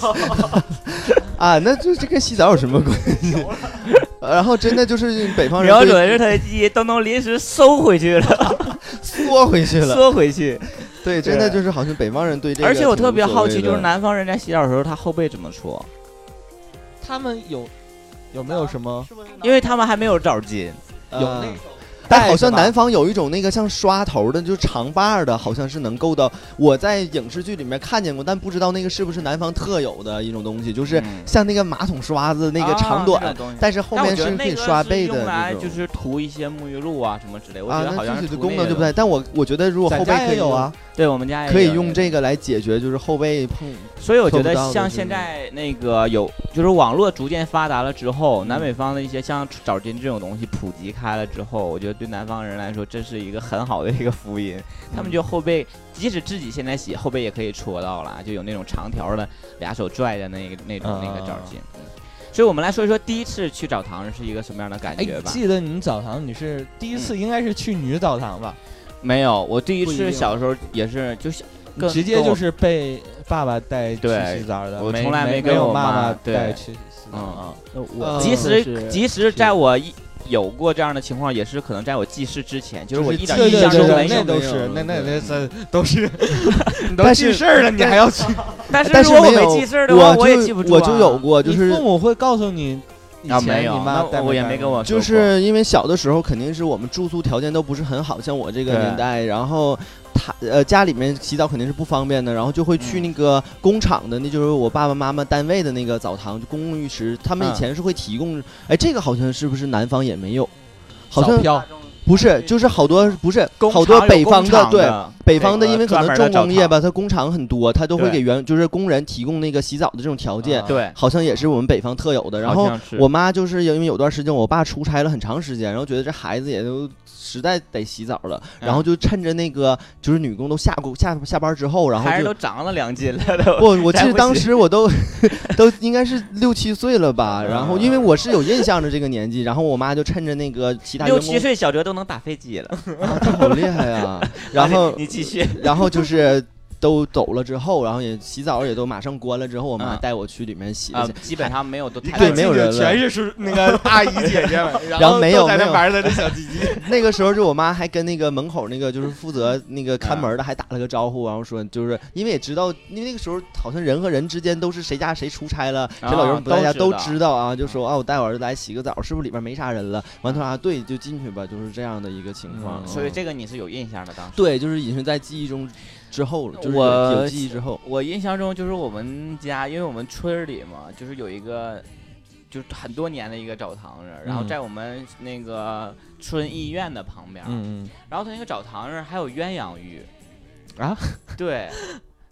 [SPEAKER 3] 啊，那就这跟洗澡有什么关系？ 呃然后真的就是北方人
[SPEAKER 1] 瞄
[SPEAKER 3] 会
[SPEAKER 1] 准是他的鸡，东东临时收回去了，
[SPEAKER 3] 缩回去了，
[SPEAKER 1] 缩回去。
[SPEAKER 3] 对，真的就是好像北方人对这个，
[SPEAKER 1] 而且我特别好奇，就是，南方人在洗澡的时候，他后背怎么搓？
[SPEAKER 2] 他们有有没有什么？
[SPEAKER 1] 因为他们还没有澡巾。
[SPEAKER 3] 有
[SPEAKER 2] 有那
[SPEAKER 3] 啊但好像
[SPEAKER 2] 带是吧
[SPEAKER 3] 南方有一种那个像刷头的，就是长把儿的，好像是能够到。我在影视剧里面看见过，但不知道那个是不是南方特有的一种东西，就是
[SPEAKER 1] 嗯
[SPEAKER 3] 像那个马桶刷子那个长短，
[SPEAKER 1] 啊那种东西
[SPEAKER 3] 但是后
[SPEAKER 1] 但我
[SPEAKER 3] 面
[SPEAKER 1] 觉得
[SPEAKER 3] 是
[SPEAKER 1] 那
[SPEAKER 3] 可以
[SPEAKER 1] 个
[SPEAKER 3] 刷
[SPEAKER 1] 是
[SPEAKER 3] 背的
[SPEAKER 1] 用
[SPEAKER 3] 那
[SPEAKER 1] 来
[SPEAKER 3] 种。
[SPEAKER 1] 就是涂一些沐浴露啊什么之类，我觉
[SPEAKER 3] 啊，
[SPEAKER 1] 得好
[SPEAKER 3] 那
[SPEAKER 1] 像
[SPEAKER 3] 具体
[SPEAKER 1] 是
[SPEAKER 3] 的
[SPEAKER 1] 涂
[SPEAKER 3] 功
[SPEAKER 1] 那
[SPEAKER 3] 能
[SPEAKER 1] 个
[SPEAKER 3] 就不
[SPEAKER 1] 的
[SPEAKER 3] 太，但我我觉得如果
[SPEAKER 2] 咱
[SPEAKER 3] 后背
[SPEAKER 2] 家也
[SPEAKER 3] 可以
[SPEAKER 2] 有啊
[SPEAKER 1] 对，我们家也
[SPEAKER 3] 可以
[SPEAKER 1] 有
[SPEAKER 3] 用
[SPEAKER 1] 那
[SPEAKER 3] 这个来解决，就是后背碰
[SPEAKER 1] 所以我觉得
[SPEAKER 3] 做不到的
[SPEAKER 1] 像
[SPEAKER 3] 是
[SPEAKER 1] 现在那个有，就是网络逐渐发达了之后，南北方的一些像找金这种东西普及开了之后，我觉得对南方人来说，这是一个很好的一个福音。他们就后背，即使自己现在洗，后背也可以戳到了，就有那种长条的，俩手拽着那个那种那个
[SPEAKER 2] 啊
[SPEAKER 1] 找金。嗯所以我们来说一说第一次去澡堂是一个什么样的感
[SPEAKER 2] 哎
[SPEAKER 1] 觉，吧。
[SPEAKER 2] 记得你们澡堂你是第一次应该是去女澡堂吧？
[SPEAKER 1] 没有，我第一
[SPEAKER 2] 不一
[SPEAKER 1] 次
[SPEAKER 2] 定
[SPEAKER 1] 小时候也是就小，
[SPEAKER 2] 你
[SPEAKER 1] 跟
[SPEAKER 2] 直接
[SPEAKER 1] 跟我
[SPEAKER 2] 就是被爸爸带去
[SPEAKER 1] 对
[SPEAKER 2] 洗澡的，
[SPEAKER 1] 我
[SPEAKER 2] 没
[SPEAKER 1] 从来
[SPEAKER 2] 没
[SPEAKER 1] 没跟
[SPEAKER 2] 有
[SPEAKER 1] 我
[SPEAKER 2] 妈
[SPEAKER 1] 妈
[SPEAKER 2] 妈
[SPEAKER 1] 对
[SPEAKER 2] 带去洗澡
[SPEAKER 1] 嗯
[SPEAKER 2] 啊。
[SPEAKER 4] 呃
[SPEAKER 3] 呃
[SPEAKER 4] 我
[SPEAKER 1] 即
[SPEAKER 4] 真的
[SPEAKER 1] 使
[SPEAKER 4] 是
[SPEAKER 1] 即使在我一有过这样的情况，也是可能在我记事之前，就是我
[SPEAKER 3] 就是
[SPEAKER 1] 一点
[SPEAKER 3] 记
[SPEAKER 2] 对
[SPEAKER 1] 印
[SPEAKER 2] 对
[SPEAKER 1] 象
[SPEAKER 2] 对
[SPEAKER 1] 都
[SPEAKER 2] 对，
[SPEAKER 1] 没
[SPEAKER 2] 那
[SPEAKER 1] 有。
[SPEAKER 2] 都
[SPEAKER 3] 没
[SPEAKER 2] 是
[SPEAKER 3] 有
[SPEAKER 2] 那那那
[SPEAKER 3] 对
[SPEAKER 2] 这都 是，你都
[SPEAKER 3] 但
[SPEAKER 2] 记
[SPEAKER 3] 是
[SPEAKER 2] 事儿了，你还要去？
[SPEAKER 1] 但是
[SPEAKER 3] 但
[SPEAKER 1] 如
[SPEAKER 3] 是
[SPEAKER 1] 果我
[SPEAKER 3] 没有
[SPEAKER 1] 记事儿的话，
[SPEAKER 3] 我
[SPEAKER 1] 也
[SPEAKER 3] 就
[SPEAKER 1] 记不住、啊。
[SPEAKER 3] 我就有过，就
[SPEAKER 2] 你
[SPEAKER 3] 是
[SPEAKER 2] 父母会告诉你以
[SPEAKER 1] 啊，
[SPEAKER 2] 前
[SPEAKER 1] 没
[SPEAKER 2] 你
[SPEAKER 1] 有，
[SPEAKER 2] 妈带
[SPEAKER 1] 那我也
[SPEAKER 2] 带
[SPEAKER 1] 没跟我说
[SPEAKER 3] 就
[SPEAKER 1] 过
[SPEAKER 3] 是因为小的时候肯定是我们住宿条件都不是很好，像我这个
[SPEAKER 1] 对
[SPEAKER 3] 年代，然后他呃家里面洗澡肯定是不方便的，然后就会去
[SPEAKER 1] 嗯
[SPEAKER 3] 那个工厂的，那就是我爸爸妈妈单位的那个澡堂，就公共浴池，他
[SPEAKER 1] 嗯
[SPEAKER 3] 们以前是会提供，哎，这个好像是不是南方也没有？好
[SPEAKER 2] 扫
[SPEAKER 3] 像
[SPEAKER 2] 票
[SPEAKER 3] 不是，就是好多不是
[SPEAKER 1] 工
[SPEAKER 3] 好多
[SPEAKER 1] 厂有
[SPEAKER 3] 北
[SPEAKER 1] 工
[SPEAKER 3] 方的
[SPEAKER 1] 厂
[SPEAKER 3] 对
[SPEAKER 1] 的
[SPEAKER 3] 北方的，
[SPEAKER 1] 这个
[SPEAKER 3] 因为可
[SPEAKER 1] 专
[SPEAKER 3] 能
[SPEAKER 1] 门
[SPEAKER 3] 重
[SPEAKER 1] 的
[SPEAKER 3] 工业
[SPEAKER 1] 澡堂
[SPEAKER 3] 吧，它工厂很多，它都会
[SPEAKER 1] 对
[SPEAKER 3] 给员就是工人提供那个洗澡的这种条件，
[SPEAKER 2] 啊
[SPEAKER 1] 对，
[SPEAKER 3] 好像也是我们北方特有的。然后
[SPEAKER 1] 好像是
[SPEAKER 3] 我妈就是因为有段时间我爸出差了很长时间，然后觉得这孩子也都实在得洗澡了，
[SPEAKER 1] 嗯
[SPEAKER 3] 然后就趁着那个就是女工都下过下下班之后，然后
[SPEAKER 1] 孩子
[SPEAKER 3] 就
[SPEAKER 1] 都长了两斤了都。
[SPEAKER 3] 我我记
[SPEAKER 1] 来
[SPEAKER 3] 得
[SPEAKER 1] 不
[SPEAKER 3] 当
[SPEAKER 1] 及
[SPEAKER 3] 时 我都 都应该是六七岁了吧，
[SPEAKER 1] 嗯
[SPEAKER 3] 然后因为我是有印象的这个年纪，然后我妈就趁着那个其他员
[SPEAKER 1] 六
[SPEAKER 3] 工
[SPEAKER 1] 七岁小哲都能打飞机了，
[SPEAKER 3] 啊她好厉 害啊，然
[SPEAKER 1] 啊
[SPEAKER 3] 后
[SPEAKER 1] 你你继续，
[SPEAKER 3] 然后就是。都走了之后，然后也洗澡也都马上关了之后，我妈
[SPEAKER 1] 嗯
[SPEAKER 3] 带我去里面洗了
[SPEAKER 1] 啊
[SPEAKER 3] 洗，，
[SPEAKER 1] 基本上没有都太
[SPEAKER 3] 对没有人了
[SPEAKER 2] 全是叔那个阿姨 姐姐们，
[SPEAKER 3] 然
[SPEAKER 2] 后
[SPEAKER 3] 后没有
[SPEAKER 2] 都在
[SPEAKER 3] 没
[SPEAKER 2] 那
[SPEAKER 3] 有
[SPEAKER 2] 玩她的小鸡鸡。
[SPEAKER 3] 那个时候，就我妈还跟那个门口那个就是负责那个看门的还打了个招呼，然后说就是因为也知道，因为那个时候好像人和人之间都是谁家谁出差了，谁老人不在家
[SPEAKER 1] 都知啊
[SPEAKER 3] 都
[SPEAKER 1] 道
[SPEAKER 3] 知道啊，就说啊我带我儿子来洗个澡，是不是里边没啥人了？完他说啊对，就进去吧，就是这样的一个情况。
[SPEAKER 2] 嗯
[SPEAKER 1] 所以这个你是有印象的当时。
[SPEAKER 3] 对，就是已经在记忆中之后了，就是
[SPEAKER 1] 我
[SPEAKER 3] 有记忆之后。
[SPEAKER 1] 我印象中就是我们家，因为我们村儿里嘛，就是有一个，就是很多年的一个澡堂子，然后
[SPEAKER 2] 嗯
[SPEAKER 1] 在我们那个村医院的旁边儿，
[SPEAKER 2] 嗯
[SPEAKER 1] 然后它那个澡堂子还有鸳鸯浴，
[SPEAKER 2] 啊，
[SPEAKER 1] 对，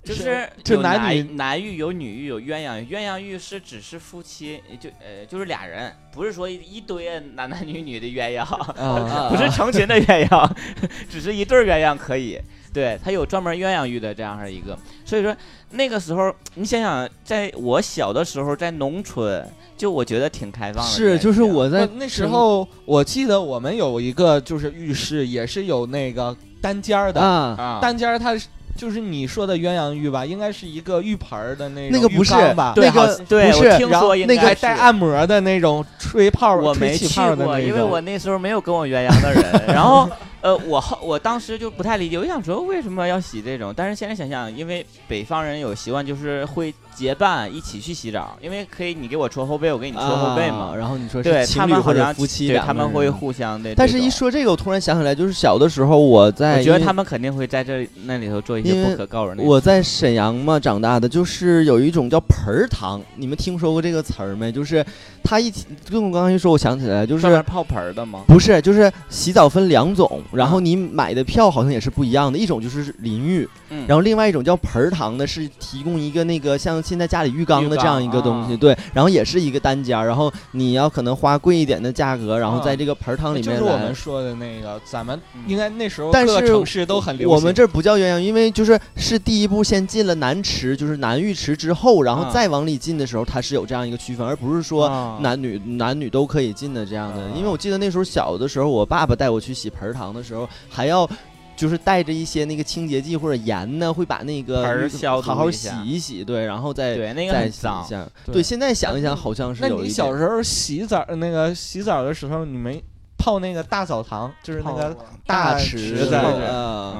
[SPEAKER 1] 就是是
[SPEAKER 2] 这
[SPEAKER 1] 有
[SPEAKER 2] 男
[SPEAKER 1] 男
[SPEAKER 2] 女
[SPEAKER 1] 男浴有女浴有鸳鸯浴，鸳鸯浴是只是夫妻，就呃就是俩人，不是说一堆男男女女的鸳鸯。
[SPEAKER 2] 嗯 啊，
[SPEAKER 1] 不是成群的鸳鸯， 只是一对儿鸳�鸯可以。对，它有专门鸳鸯浴的这样的一个，所以说那个时候，你想想，在我小的时候，在农村，就我觉得挺开放的这件事
[SPEAKER 3] 是，
[SPEAKER 1] 情。
[SPEAKER 3] 就是我在
[SPEAKER 2] 那那
[SPEAKER 1] 嗯
[SPEAKER 2] 时候我记得我们有一个就是浴室，也是有那个单间儿的，
[SPEAKER 3] 啊，
[SPEAKER 1] 啊，
[SPEAKER 2] 单间儿它是就是你说的鸳�鸯浴吧，应该是一个浴盆儿的那
[SPEAKER 3] 那
[SPEAKER 2] 种
[SPEAKER 3] 个不
[SPEAKER 2] 浴
[SPEAKER 3] 是
[SPEAKER 2] 缸吧？
[SPEAKER 1] 对
[SPEAKER 3] 那
[SPEAKER 1] 好
[SPEAKER 3] 个
[SPEAKER 1] 对
[SPEAKER 2] 不
[SPEAKER 1] 我
[SPEAKER 2] 是
[SPEAKER 1] 听
[SPEAKER 2] 然后
[SPEAKER 1] 说应
[SPEAKER 3] 那
[SPEAKER 1] 该
[SPEAKER 3] 个
[SPEAKER 2] 还
[SPEAKER 1] 是
[SPEAKER 2] 带按摩的那种吹泡、
[SPEAKER 1] 我
[SPEAKER 2] 吹
[SPEAKER 1] 没
[SPEAKER 2] 气
[SPEAKER 1] 去
[SPEAKER 2] 泡的
[SPEAKER 1] 过，
[SPEAKER 2] 那
[SPEAKER 1] 因为
[SPEAKER 2] 种
[SPEAKER 1] 我那时候没有跟我鸳鸯的人，然后呃，我后我当时就不太理解，我想说为什么要洗这种，但是现在想想，因为北方人有习惯就是会结伴一起去洗澡，因为可以你给我搓后背，我给你搓后背嘛，
[SPEAKER 3] 啊然后你说
[SPEAKER 1] 对
[SPEAKER 3] 是
[SPEAKER 1] 他
[SPEAKER 3] 情侣
[SPEAKER 1] 们好
[SPEAKER 3] 或者
[SPEAKER 1] 像
[SPEAKER 3] 夫妻
[SPEAKER 1] 对
[SPEAKER 3] 两
[SPEAKER 1] 他
[SPEAKER 3] 个
[SPEAKER 1] 们会
[SPEAKER 3] 人
[SPEAKER 1] 互相的这种。
[SPEAKER 3] 但是，一说这个，我突然想起来，就是小的时候我在，
[SPEAKER 1] 我觉得
[SPEAKER 3] 因为
[SPEAKER 1] 他们肯定会在这那里头做一
[SPEAKER 3] 因
[SPEAKER 1] 些
[SPEAKER 3] 为
[SPEAKER 1] 不可告人的。
[SPEAKER 3] 我在沈阳嘛长大的，就是有一种叫盆儿糖，你们听说过这个词儿没？就是他一起跟我刚刚一说，我想起来了，就
[SPEAKER 1] 专
[SPEAKER 3] 是
[SPEAKER 1] 门泡盆儿的吗？
[SPEAKER 3] 不是就是洗澡分两种，然后你买的票好像也是不一样的，一种就是淋浴，
[SPEAKER 1] 嗯
[SPEAKER 3] 然后另外一种叫盆儿堂的，是提供一个那个像现在家里浴缸的
[SPEAKER 1] 浴
[SPEAKER 3] 这
[SPEAKER 1] 缸
[SPEAKER 3] 样一个东西，
[SPEAKER 1] 啊
[SPEAKER 3] 对，然后也是一个单间儿，然后你要可能花贵一点的价格，然后
[SPEAKER 2] 啊
[SPEAKER 3] 在这个盆儿堂里
[SPEAKER 2] 就
[SPEAKER 3] 面
[SPEAKER 2] 是我
[SPEAKER 3] 来
[SPEAKER 2] 们。说的那个，咱们
[SPEAKER 1] 嗯
[SPEAKER 2] 应该那时候
[SPEAKER 3] 但
[SPEAKER 2] 各
[SPEAKER 3] 是
[SPEAKER 2] 城市都很流行。
[SPEAKER 3] 我们这儿不叫鸳鸯，因为就是是第一步先进了男池，就是男浴池之后，然后
[SPEAKER 1] 啊
[SPEAKER 3] 再往里进的时候，它是有这样一个区分，而不是说
[SPEAKER 1] 啊
[SPEAKER 3] 男女、男女都可以进的这样的
[SPEAKER 1] 啊。
[SPEAKER 3] 因为我记得那时候小的时候，我爸爸带我去洗盆儿堂的时候，还要。就是带着一些那个清洁剂或者盐呢，会把那个
[SPEAKER 1] 盆儿
[SPEAKER 3] 浴
[SPEAKER 1] 消毒
[SPEAKER 3] 好好
[SPEAKER 1] 一
[SPEAKER 3] 洗
[SPEAKER 1] 下
[SPEAKER 3] 一洗，对，然后再
[SPEAKER 1] 对那个
[SPEAKER 3] 再
[SPEAKER 1] 很
[SPEAKER 3] 洗一
[SPEAKER 1] 脏，
[SPEAKER 3] 下。
[SPEAKER 2] 对
[SPEAKER 3] 对，现在想一想，好像是
[SPEAKER 2] 那
[SPEAKER 3] 有
[SPEAKER 2] 你
[SPEAKER 3] 一
[SPEAKER 2] 小
[SPEAKER 3] 点。
[SPEAKER 2] 时候洗澡那个洗澡的时候，你没泡那个大澡堂，就是那个
[SPEAKER 4] 啊
[SPEAKER 3] 大
[SPEAKER 2] 池
[SPEAKER 3] 池
[SPEAKER 1] 子
[SPEAKER 2] 在
[SPEAKER 1] 泡
[SPEAKER 2] 里
[SPEAKER 1] 的嗯
[SPEAKER 2] 面。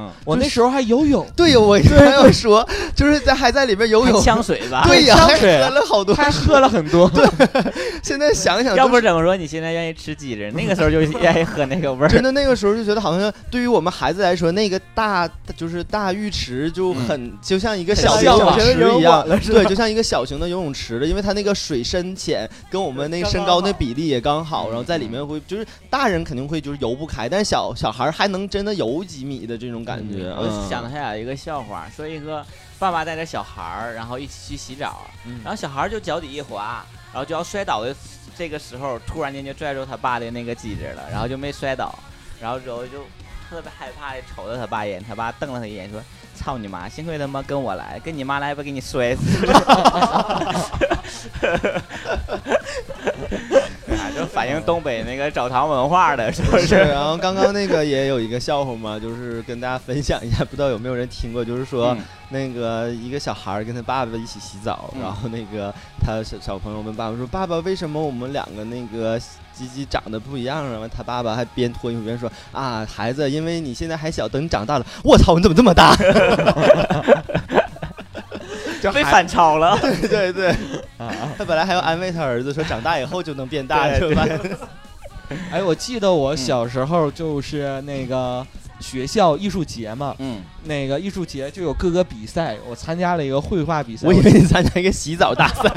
[SPEAKER 3] 啊，
[SPEAKER 2] 我那时候还游泳，
[SPEAKER 3] 对，我还要说，就是在还在里面游
[SPEAKER 1] 还
[SPEAKER 3] 泳，
[SPEAKER 1] 呛水吧？
[SPEAKER 3] 对呀，
[SPEAKER 2] 呛
[SPEAKER 3] 还
[SPEAKER 2] 水
[SPEAKER 3] 喝了好多
[SPEAKER 2] 还喝了 很多。
[SPEAKER 3] 现在想想，
[SPEAKER 1] 要不怎么说你现在愿意吃鸡人？那个时候就 愿意喝那个味儿。
[SPEAKER 3] 真的那个时候就觉得，好像对于我们孩子来说，那个大就是大浴池就很、就像一个小
[SPEAKER 2] 很
[SPEAKER 3] 的游
[SPEAKER 2] 向
[SPEAKER 3] 泳
[SPEAKER 2] 往
[SPEAKER 3] 池一样，
[SPEAKER 4] 了
[SPEAKER 3] 对，就像一个小型的游泳池了，因为它那个水深浅跟我们那个身高那比例也刚好，然后在里面会就是大人肯定会就是游不开，但是小小孩还能真的游几米的这种感觉。
[SPEAKER 1] 我
[SPEAKER 3] 嗯
[SPEAKER 1] 想起来一个笑话，说一个爸爸带着小孩儿，然后一起去洗澡，
[SPEAKER 2] 嗯
[SPEAKER 1] 然后小孩儿就脚底一滑，然后就要摔倒的这个时候，突然间就拽住他爸的那个机子了，然后就没摔倒，然后之后就特别害怕的瞅了他爸一眼，他爸瞪了他一眼说。操你妈！幸亏他妈跟我来，跟你妈来不给你摔死 了。啊，就反映东北那个澡堂文化的，是不
[SPEAKER 3] 是，
[SPEAKER 1] 是？
[SPEAKER 3] 然后刚刚那个也有一个笑话嘛，就是跟大家分享一下，不知道有没有人听过，就是说、
[SPEAKER 1] 嗯
[SPEAKER 3] 那个一个小孩儿跟他爸爸一起洗澡，
[SPEAKER 1] 嗯
[SPEAKER 3] 然后那个他小小朋友问爸爸说：“爸爸，为什么我们两个那个鸡鸡长得不一样啊？”然后他爸爸还边脱衣服边说：“啊，孩子，因为你现在还小，等你长大了，我操，你怎么这么大
[SPEAKER 1] 被反超了。？”
[SPEAKER 3] 对对对，
[SPEAKER 2] 啊！
[SPEAKER 3] 他本来还要安慰他儿子说：“长大以后就能变大，
[SPEAKER 1] 对
[SPEAKER 3] 是吧？”
[SPEAKER 2] 哎，我记得
[SPEAKER 1] 嗯
[SPEAKER 2] 我小时候就是那个学校艺术节嘛，
[SPEAKER 1] 嗯，
[SPEAKER 2] 那个艺术节就有各个比赛，我参加了一个绘画比赛。
[SPEAKER 3] 我以为你参加一个洗澡大赛，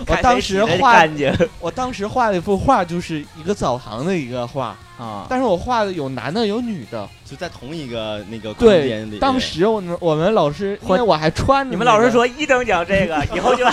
[SPEAKER 2] 我
[SPEAKER 1] 看
[SPEAKER 2] 当
[SPEAKER 1] 谁
[SPEAKER 2] 时
[SPEAKER 1] 洗得
[SPEAKER 2] 画，
[SPEAKER 1] 干 净
[SPEAKER 2] 我当时画了一幅画，就是一个澡堂的一个画，
[SPEAKER 1] 啊，
[SPEAKER 2] 但是我画的有男的有女的。
[SPEAKER 3] 就在同一个那个空
[SPEAKER 2] 对
[SPEAKER 3] 间里，。
[SPEAKER 2] 当时我们我们老师，因
[SPEAKER 1] 或
[SPEAKER 2] 为我还穿着
[SPEAKER 1] 你们老
[SPEAKER 2] 那
[SPEAKER 1] 师
[SPEAKER 2] 个
[SPEAKER 1] 说一等奖这 个，以后就 来，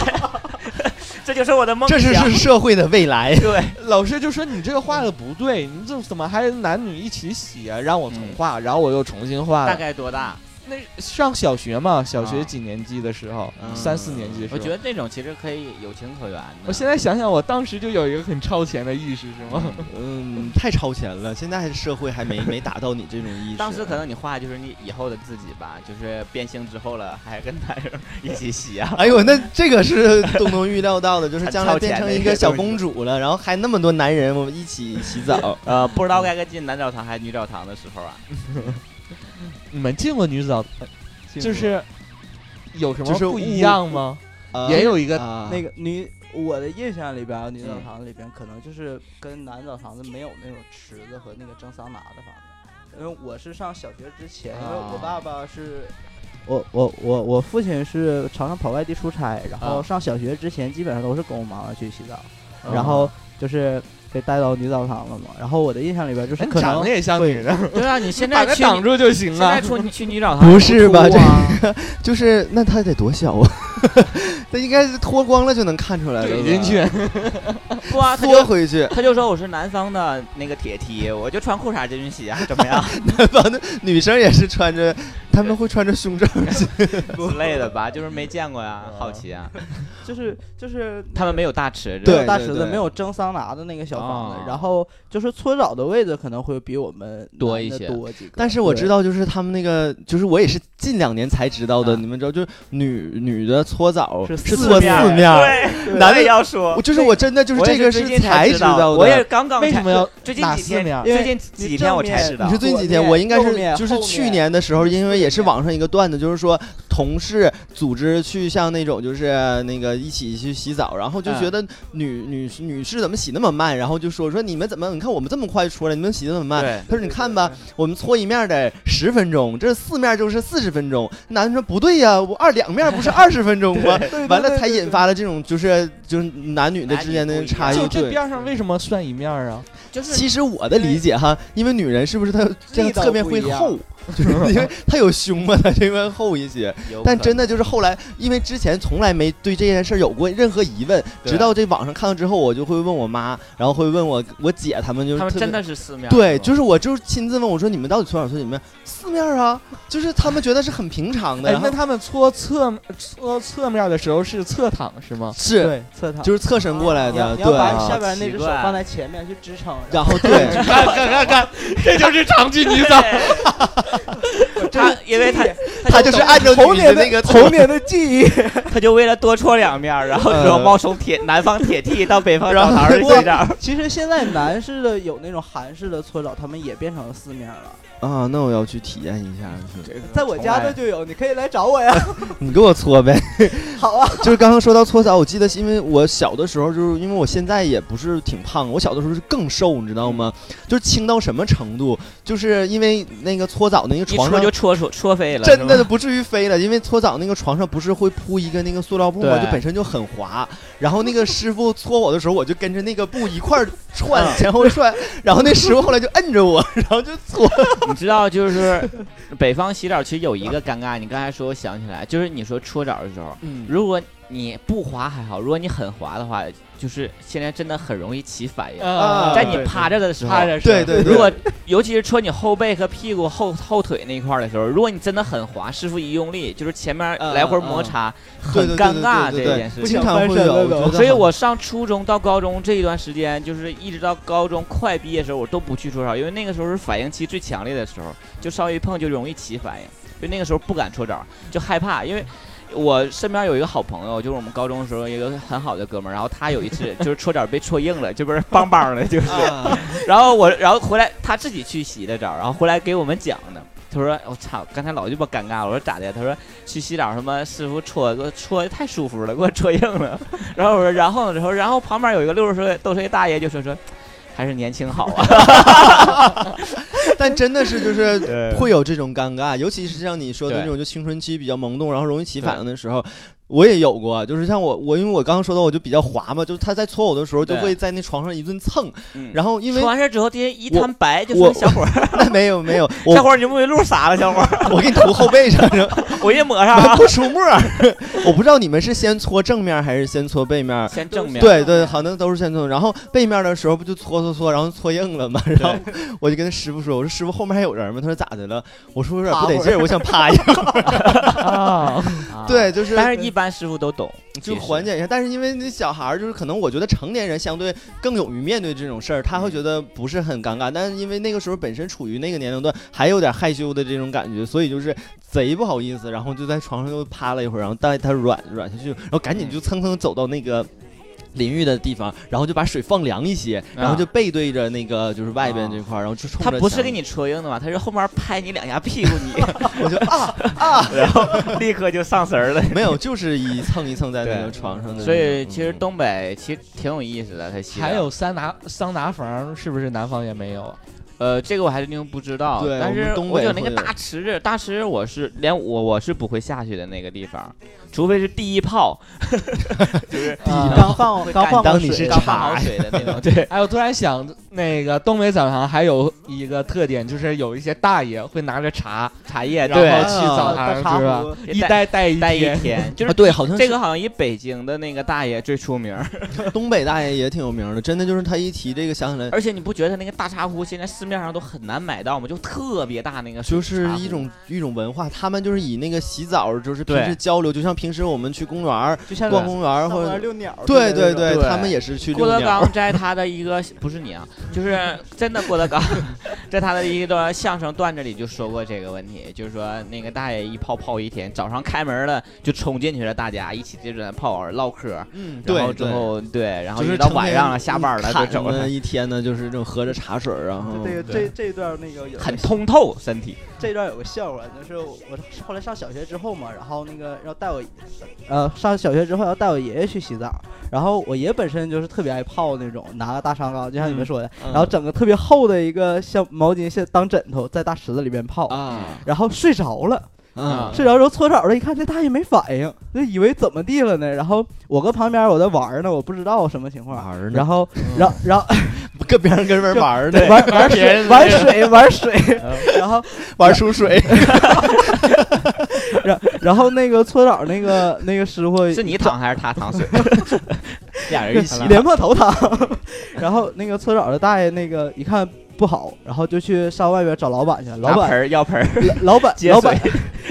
[SPEAKER 1] 这就是我的梦
[SPEAKER 3] 这
[SPEAKER 1] 想。
[SPEAKER 3] 是是社会的未来。
[SPEAKER 1] 对，
[SPEAKER 2] 老师就说你这个画的不对，你怎怎么还男女一起洗啊？让我重画，然后我又重新画
[SPEAKER 1] 嗯大
[SPEAKER 2] 了。
[SPEAKER 1] 概多 大？
[SPEAKER 2] 那上小学嘛，小
[SPEAKER 1] 啊
[SPEAKER 2] 学几年级的时候，
[SPEAKER 3] 嗯
[SPEAKER 2] 三四年级的时
[SPEAKER 1] 我
[SPEAKER 2] 候。
[SPEAKER 1] 觉得这种其实可以有情可原的。
[SPEAKER 2] 我现在想想，我当时就有一个很超前的意识，是吗？
[SPEAKER 3] 嗯，太超前了，现在社会还没没达到你这种意识。
[SPEAKER 1] 当时可能你画的就是你以后的自己吧，就是变性之后了，还跟男人一起洗 啊。
[SPEAKER 3] 哎呦，那这个是东东预料到的，就是
[SPEAKER 1] 很
[SPEAKER 3] 将来
[SPEAKER 1] 超前
[SPEAKER 3] 变成
[SPEAKER 1] 的一
[SPEAKER 3] 一
[SPEAKER 1] 个
[SPEAKER 3] 个小
[SPEAKER 1] 东西。
[SPEAKER 3] 公主了，然后还那么多男人我们一起洗澡
[SPEAKER 1] 呃，不知道该该进男澡堂还是女澡堂的时 候啊，
[SPEAKER 2] 你们进过女澡，就是有什么
[SPEAKER 3] 就是
[SPEAKER 2] 不一样吗？
[SPEAKER 3] 呃
[SPEAKER 2] 也有一个
[SPEAKER 3] 啊
[SPEAKER 4] 那个女，我的印象里边啊，女澡
[SPEAKER 1] 嗯
[SPEAKER 4] 堂里边可能就是跟男澡堂子没有那种池子和那个蒸桑拿的房子，因为我是上小学之前，因为我
[SPEAKER 1] 啊
[SPEAKER 4] 爸爸是。我我我我父亲是常常跑外地出差，然后
[SPEAKER 1] 啊
[SPEAKER 4] 上小学之前基本上都是跟我妈妈去洗澡，
[SPEAKER 2] 啊
[SPEAKER 4] 然后就是被带到女澡堂了嘛。然后我的印象里边就是
[SPEAKER 2] 哎
[SPEAKER 4] 可
[SPEAKER 2] 长
[SPEAKER 4] 能
[SPEAKER 2] 得也像女的，
[SPEAKER 1] 对啊，你现
[SPEAKER 2] 把它挡住就行啊
[SPEAKER 1] 现
[SPEAKER 2] 了
[SPEAKER 1] 在。出去女 澡堂啊
[SPEAKER 3] 不是吧？
[SPEAKER 1] 这
[SPEAKER 3] 这个就是那他得多小 啊？他应该是脱光了就能看出来了吧。
[SPEAKER 2] 怼进去，
[SPEAKER 1] 不啊，他
[SPEAKER 3] 缩
[SPEAKER 1] 就
[SPEAKER 3] 回 去。
[SPEAKER 1] 他就说我是南方的那个铁梯，我就穿裤衩进去洗啊，怎么样？
[SPEAKER 3] 完了，女生也是穿着他们会穿着胸罩进，
[SPEAKER 1] 之类的吧，就是没见过呀，好奇啊。
[SPEAKER 4] 就是就是
[SPEAKER 1] 他们没有大池，
[SPEAKER 3] 嗯对
[SPEAKER 4] 没有大池
[SPEAKER 3] 对
[SPEAKER 4] 子，
[SPEAKER 3] 对
[SPEAKER 4] 没有蒸桑拿的那个小房子
[SPEAKER 1] 哦，
[SPEAKER 4] 然后就是搓澡的位置可能会比我们
[SPEAKER 1] 多
[SPEAKER 4] 男
[SPEAKER 1] 一
[SPEAKER 4] 的
[SPEAKER 1] 些
[SPEAKER 4] 多几个。
[SPEAKER 3] 但是我知
[SPEAKER 4] 道，
[SPEAKER 3] 道，就是他们那个，就是我也是近两年才知道的。
[SPEAKER 1] 啊
[SPEAKER 3] 你们知道，就是女女的搓澡
[SPEAKER 4] 是
[SPEAKER 3] 是
[SPEAKER 4] 四
[SPEAKER 3] 搓
[SPEAKER 4] 面儿
[SPEAKER 3] 四面儿，
[SPEAKER 4] 对
[SPEAKER 3] 男的
[SPEAKER 1] 我也要说
[SPEAKER 3] 我，就是我真的就是这
[SPEAKER 1] 我
[SPEAKER 3] 个
[SPEAKER 1] 也是最
[SPEAKER 3] 是
[SPEAKER 1] 近才
[SPEAKER 3] 才知道的。
[SPEAKER 1] 我也刚刚
[SPEAKER 2] 为什
[SPEAKER 1] 才
[SPEAKER 2] 么要
[SPEAKER 1] 最近
[SPEAKER 2] 打
[SPEAKER 1] 几
[SPEAKER 2] 四
[SPEAKER 1] 天
[SPEAKER 2] 面儿
[SPEAKER 4] 因为
[SPEAKER 1] 最近
[SPEAKER 4] 你
[SPEAKER 1] 几天我才知道
[SPEAKER 3] 你是最近几天，
[SPEAKER 4] 左面
[SPEAKER 3] 我应该
[SPEAKER 4] 右面
[SPEAKER 3] 是就是
[SPEAKER 4] 后
[SPEAKER 3] 去
[SPEAKER 4] 面
[SPEAKER 3] 年的时候，因为也是
[SPEAKER 4] 左面
[SPEAKER 3] 网上一个段子，就是说同事组织去像那种就是那个一起去洗澡，然后就
[SPEAKER 1] 嗯
[SPEAKER 3] 觉得女女女士怎么洗那么慢，然后就说说你们怎么你看我们这么快出来，你们洗得那么慢。
[SPEAKER 1] 对，
[SPEAKER 3] 他说：“你看吧，我们搓一面得十分钟，这四面就是四十分钟。”男的说：“不对呀、我二两面不是二十分钟吗？”完了才引发了这种就是就是男女的之间的差
[SPEAKER 1] 男。
[SPEAKER 3] 异
[SPEAKER 2] 就
[SPEAKER 1] 女
[SPEAKER 2] 这
[SPEAKER 3] 哎对，
[SPEAKER 2] 边上为什么算一面儿啊？
[SPEAKER 1] 就是
[SPEAKER 3] 其实我的理解哈，因为女人是不是她这样
[SPEAKER 4] 力道
[SPEAKER 3] 侧面会
[SPEAKER 4] 不一样
[SPEAKER 3] 厚，就是因为她有胸嘛，她这边厚一些。但真
[SPEAKER 1] 的
[SPEAKER 3] 的就是后来，因为之前从来没对这件事儿有过任何疑问，
[SPEAKER 1] 对
[SPEAKER 3] 直到这网上看到之后，我就会问我妈，然后会问我我姐，他们就是
[SPEAKER 1] 他们
[SPEAKER 3] 特别
[SPEAKER 1] 真的是四面，
[SPEAKER 3] 对，就是我就是亲自问我说你们到底从小从里面四面啊，就是他们觉得是很平常的，
[SPEAKER 2] 哎
[SPEAKER 3] 然，后
[SPEAKER 2] 那他们搓侧搓侧面的时候是侧躺是吗？
[SPEAKER 3] 是
[SPEAKER 4] 对侧躺，
[SPEAKER 3] 就是侧身过来
[SPEAKER 4] 你要
[SPEAKER 3] 的，
[SPEAKER 4] 你要
[SPEAKER 3] 对，
[SPEAKER 4] 把
[SPEAKER 1] 啊
[SPEAKER 4] 下边那只
[SPEAKER 1] 奇
[SPEAKER 4] 手
[SPEAKER 1] 怪
[SPEAKER 4] 放在前面去支撑，
[SPEAKER 3] 然后对，
[SPEAKER 2] 看看看看，这就是长距离
[SPEAKER 1] 对
[SPEAKER 2] 澡。
[SPEAKER 1] 他因为他
[SPEAKER 3] 他就是按照
[SPEAKER 4] 童
[SPEAKER 3] 你的
[SPEAKER 4] 年
[SPEAKER 3] 那个
[SPEAKER 4] 的童年的记忆，
[SPEAKER 1] 他就为了多戳两面儿，然后说冒充铁南方铁剃到北方澡堂儿去澡，
[SPEAKER 4] 其实现在男士的有那种韩式的搓澡，他们也变成了四面了。
[SPEAKER 3] 啊，那我要去体验一下去，
[SPEAKER 1] 嗯
[SPEAKER 4] 在我家的就有，你可以来找我 呀。
[SPEAKER 3] 你给我搓呗。
[SPEAKER 4] 好啊，
[SPEAKER 3] 就是刚刚说到搓澡，我记得是因为我小的时候，就是因为我现在也不是挺胖，我小的时候是更瘦，你知道吗？
[SPEAKER 1] 嗯
[SPEAKER 3] 就是轻到什么程度？就是因为那个搓澡那个
[SPEAKER 1] 一
[SPEAKER 3] 床
[SPEAKER 1] 戳
[SPEAKER 3] 上
[SPEAKER 1] 就戳出戳飞了，
[SPEAKER 3] 真的不至于飞了，因为搓澡那个床上不是会铺一个那个塑料布吗？
[SPEAKER 1] 对
[SPEAKER 3] 就本身就很滑。然后那个师傅搓我的时候，我就跟着那个布一块儿窜
[SPEAKER 1] 嗯，
[SPEAKER 3] 前后窜。然后那师傅后来就摁着我， 然后就搓。
[SPEAKER 1] 你知道，就是北方洗澡其实有一个尴尬，你刚才说，我想起来，就是你说搓澡的时候，
[SPEAKER 3] 嗯，
[SPEAKER 1] 如果你不滑还好，如果你很滑的话，就是现在真的很容易起反应。
[SPEAKER 3] 啊
[SPEAKER 1] 在你趴着的时候，
[SPEAKER 2] 趴着是
[SPEAKER 3] 对对对，
[SPEAKER 1] 如果尤其是戳你后背和屁股后后腿那一块儿的时候，如果你真的很滑，师傅一用力，就是前面
[SPEAKER 3] 嗯
[SPEAKER 1] 来回摩擦，
[SPEAKER 3] 对
[SPEAKER 1] 很
[SPEAKER 3] 对对
[SPEAKER 1] 尴尬这
[SPEAKER 3] 对对对
[SPEAKER 1] 件事
[SPEAKER 3] 对
[SPEAKER 1] 情
[SPEAKER 3] 经。常会
[SPEAKER 4] 不想翻身了
[SPEAKER 3] 有，我觉
[SPEAKER 4] 都
[SPEAKER 3] 得
[SPEAKER 1] 所以，
[SPEAKER 3] 很
[SPEAKER 1] 我上初中到高中这一段时间，就是一直到高中快毕业的时候，我都不去搓澡，因为那个时候是反应期最强烈的时候，就稍微一碰就容易起反应，就那个时候不敢搓澡，就害怕，因为。我身边有一个好朋友，就是我们高中的时候一个很好的哥们儿，然后他有一次就是搓澡被搓硬了，这不是梆梆的，就是，
[SPEAKER 3] 啊
[SPEAKER 1] 然后我然后回来他自己去洗的澡，然后回来给我们讲的，他说我操，刚才老鸡巴尴尬，我说咋的？他说去洗澡，他妈师傅搓给我搓的太舒服了，给我搓硬了。 然后我说，然后呢？然后然后旁边有一个六十岁多岁大爷就说说，还是年轻好啊。
[SPEAKER 3] 但真的是就是
[SPEAKER 1] 对
[SPEAKER 3] 会有这种尴尬，尤其是像你说的
[SPEAKER 1] 对
[SPEAKER 3] 那种，就青春期比较懵懂，然后容易起反应的时候。我也有过，就是像我，我因为我刚刚说到，我就比较滑嘛，就是他在搓我的时候，就
[SPEAKER 1] 对
[SPEAKER 3] 会在那床上一顿蹭，
[SPEAKER 1] 嗯
[SPEAKER 3] 然后 因为
[SPEAKER 1] 搓完事之后，第一
[SPEAKER 3] 我
[SPEAKER 1] 滩白，就说
[SPEAKER 3] 我
[SPEAKER 1] 小伙儿，
[SPEAKER 3] 那没 有没有，
[SPEAKER 1] 小
[SPEAKER 3] 我
[SPEAKER 1] 伙儿你不没路啥了，小伙儿，
[SPEAKER 3] 我给你涂后背上，然后
[SPEAKER 1] 我一抹上啊，
[SPEAKER 3] 不出 沫儿。我不知道你们是先搓正面还是先搓背面。
[SPEAKER 1] 先正面。
[SPEAKER 3] 对对，好像都是先搓，然后背面的时候不就搓搓搓，然后搓硬了嘛。然后我就跟师傅说：“我说师傅后面还有人吗？”他说：“咋的了？”我说：“有点不得劲儿，我想趴一下。
[SPEAKER 2] 啊，
[SPEAKER 1] 啊”
[SPEAKER 3] 对，，就是
[SPEAKER 1] 但是一般师傅都懂，
[SPEAKER 3] 就
[SPEAKER 1] 其实
[SPEAKER 3] 缓解一下。但是因为那小孩儿，就是可能我觉得成年人相对更勇于面对这种事儿，他会觉得不是很尴尬。但是因为那个时候本身处于那个年龄段，还有点害羞的这种感觉，所以就是贼不好意思，然后就在床上又趴了一会儿，然后带他软软下去，然后赶紧就蹭蹭走到那个。淋浴的地方，然后就把水放凉一些，然后就背对着那个就是外边这块儿，然后就冲着
[SPEAKER 1] 他不是
[SPEAKER 3] 墙
[SPEAKER 1] 给你戳硬的嘛，他是后面拍你两下屁股， 你
[SPEAKER 3] 我就
[SPEAKER 1] 啊啊，然后立刻就上神儿了。
[SPEAKER 3] 没有，就是一蹭一蹭在那个
[SPEAKER 1] 对
[SPEAKER 3] 床上的那种。
[SPEAKER 1] 所以其实
[SPEAKER 3] 嗯
[SPEAKER 1] 东北其实挺有意思的，它洗澡
[SPEAKER 2] 还有桑拿桑拿房是不是南方也没有啊？
[SPEAKER 1] 呃，这个我还真不知道。
[SPEAKER 3] 对
[SPEAKER 1] 但
[SPEAKER 3] 我们
[SPEAKER 1] 是
[SPEAKER 3] 东
[SPEAKER 1] 我
[SPEAKER 3] 北
[SPEAKER 1] 有那个
[SPEAKER 3] 会有
[SPEAKER 1] 大池子，大池子我是连我我是不会下去的那个地方，除非是第一泡，就是
[SPEAKER 4] 刚放
[SPEAKER 1] 会
[SPEAKER 4] 刚
[SPEAKER 1] 干
[SPEAKER 4] 放
[SPEAKER 3] 当
[SPEAKER 4] 过
[SPEAKER 3] 你是
[SPEAKER 4] 水，
[SPEAKER 2] 哦
[SPEAKER 1] 刚放好水的那种。对，
[SPEAKER 2] 哎，我突然想，那个东北澡堂还有一个特点，就是有一些大爷会拿着茶，
[SPEAKER 1] 茶叶，
[SPEAKER 2] 然后
[SPEAKER 1] 对，
[SPEAKER 2] 去澡堂，
[SPEAKER 4] 啊
[SPEAKER 2] 是
[SPEAKER 4] 大茶
[SPEAKER 2] 吧
[SPEAKER 4] 壶？
[SPEAKER 2] 一待待一
[SPEAKER 1] 待一
[SPEAKER 2] 天，
[SPEAKER 1] 天，就
[SPEAKER 3] 啊，
[SPEAKER 1] 是
[SPEAKER 3] 对，好像
[SPEAKER 1] 这
[SPEAKER 3] 是
[SPEAKER 1] 个好像以北京的那个大爷最出名儿，
[SPEAKER 3] 东北大爷也挺有名的，真的就是他一提这个想起来，
[SPEAKER 1] 而且你不觉得那个大茶壶现在市面上都很难买到吗？就特别大那个水
[SPEAKER 3] 就
[SPEAKER 1] 茶壶，
[SPEAKER 3] 是一种一种文化，他们就是以那个洗澡，就是平
[SPEAKER 1] 对
[SPEAKER 3] 时交流，就像平时我们去公园儿
[SPEAKER 1] 就像
[SPEAKER 3] 逛公园儿
[SPEAKER 4] 上
[SPEAKER 3] 或
[SPEAKER 4] 班
[SPEAKER 3] 者。
[SPEAKER 4] 遛鸟儿之类
[SPEAKER 3] 对
[SPEAKER 4] 的
[SPEAKER 3] 对
[SPEAKER 4] 那种
[SPEAKER 3] 对，
[SPEAKER 1] 对
[SPEAKER 3] 他们也是去
[SPEAKER 1] 郭
[SPEAKER 3] 遛
[SPEAKER 1] 德
[SPEAKER 3] 鸟
[SPEAKER 1] 纲在他的一个不是你啊，就是真的郭德纲 在他的一段相声段子里就说过这个问题，就是说那个大爷一泡泡一天，早上开门了就冲进去了，大家一起就在那泡唠嗑，
[SPEAKER 3] 嗯，
[SPEAKER 1] 然
[SPEAKER 3] 对
[SPEAKER 1] 后之后对，然后
[SPEAKER 3] 就
[SPEAKER 1] 一
[SPEAKER 3] 是
[SPEAKER 1] 直到
[SPEAKER 3] 成
[SPEAKER 1] 晚
[SPEAKER 3] 天
[SPEAKER 1] 上了下班了就
[SPEAKER 3] 砍
[SPEAKER 1] 走
[SPEAKER 3] 了
[SPEAKER 1] 了，
[SPEAKER 3] 一天呢，就是这种喝着茶水儿，然后
[SPEAKER 4] 这个这这段那个有
[SPEAKER 1] 很通透身体。
[SPEAKER 4] 这段有个笑话，就是我我后来上小学之后嘛，然后那个要带我，呃，上小学之后要带我爷爷去洗澡，然后我爷爷本身就是特别爱泡那种，拿个大长膏，就像你们说的，
[SPEAKER 3] 嗯
[SPEAKER 4] 然后整个特别厚的一个像毛巾，像当枕头在大池子里边泡，
[SPEAKER 1] 嗯
[SPEAKER 3] 啊
[SPEAKER 4] 然后睡着了，
[SPEAKER 3] 啊
[SPEAKER 4] 睡着之后搓澡了，一看这大爷没反应，就以为怎么地了呢，然后我搁旁边我在玩儿呢，我不知道什么情况，
[SPEAKER 3] 玩儿呢
[SPEAKER 4] 然，后，然后，然后
[SPEAKER 3] 跟别人跟人玩儿呢，
[SPEAKER 4] 玩玩水，玩水，玩水， 然后
[SPEAKER 3] 玩输水，
[SPEAKER 4] 然然后那个搓澡那个那个师傅
[SPEAKER 1] 是你淌还是他淌水？ 俩
[SPEAKER 3] 哎
[SPEAKER 1] 人一 起
[SPEAKER 4] 连破头汤， 然后那个搓澡的大爷那个一看不好，然后就去上外边找老板去，
[SPEAKER 1] 拿
[SPEAKER 4] 老
[SPEAKER 1] 盆
[SPEAKER 4] 板
[SPEAKER 1] 儿要盆儿，
[SPEAKER 4] 老板
[SPEAKER 1] 接
[SPEAKER 4] 老板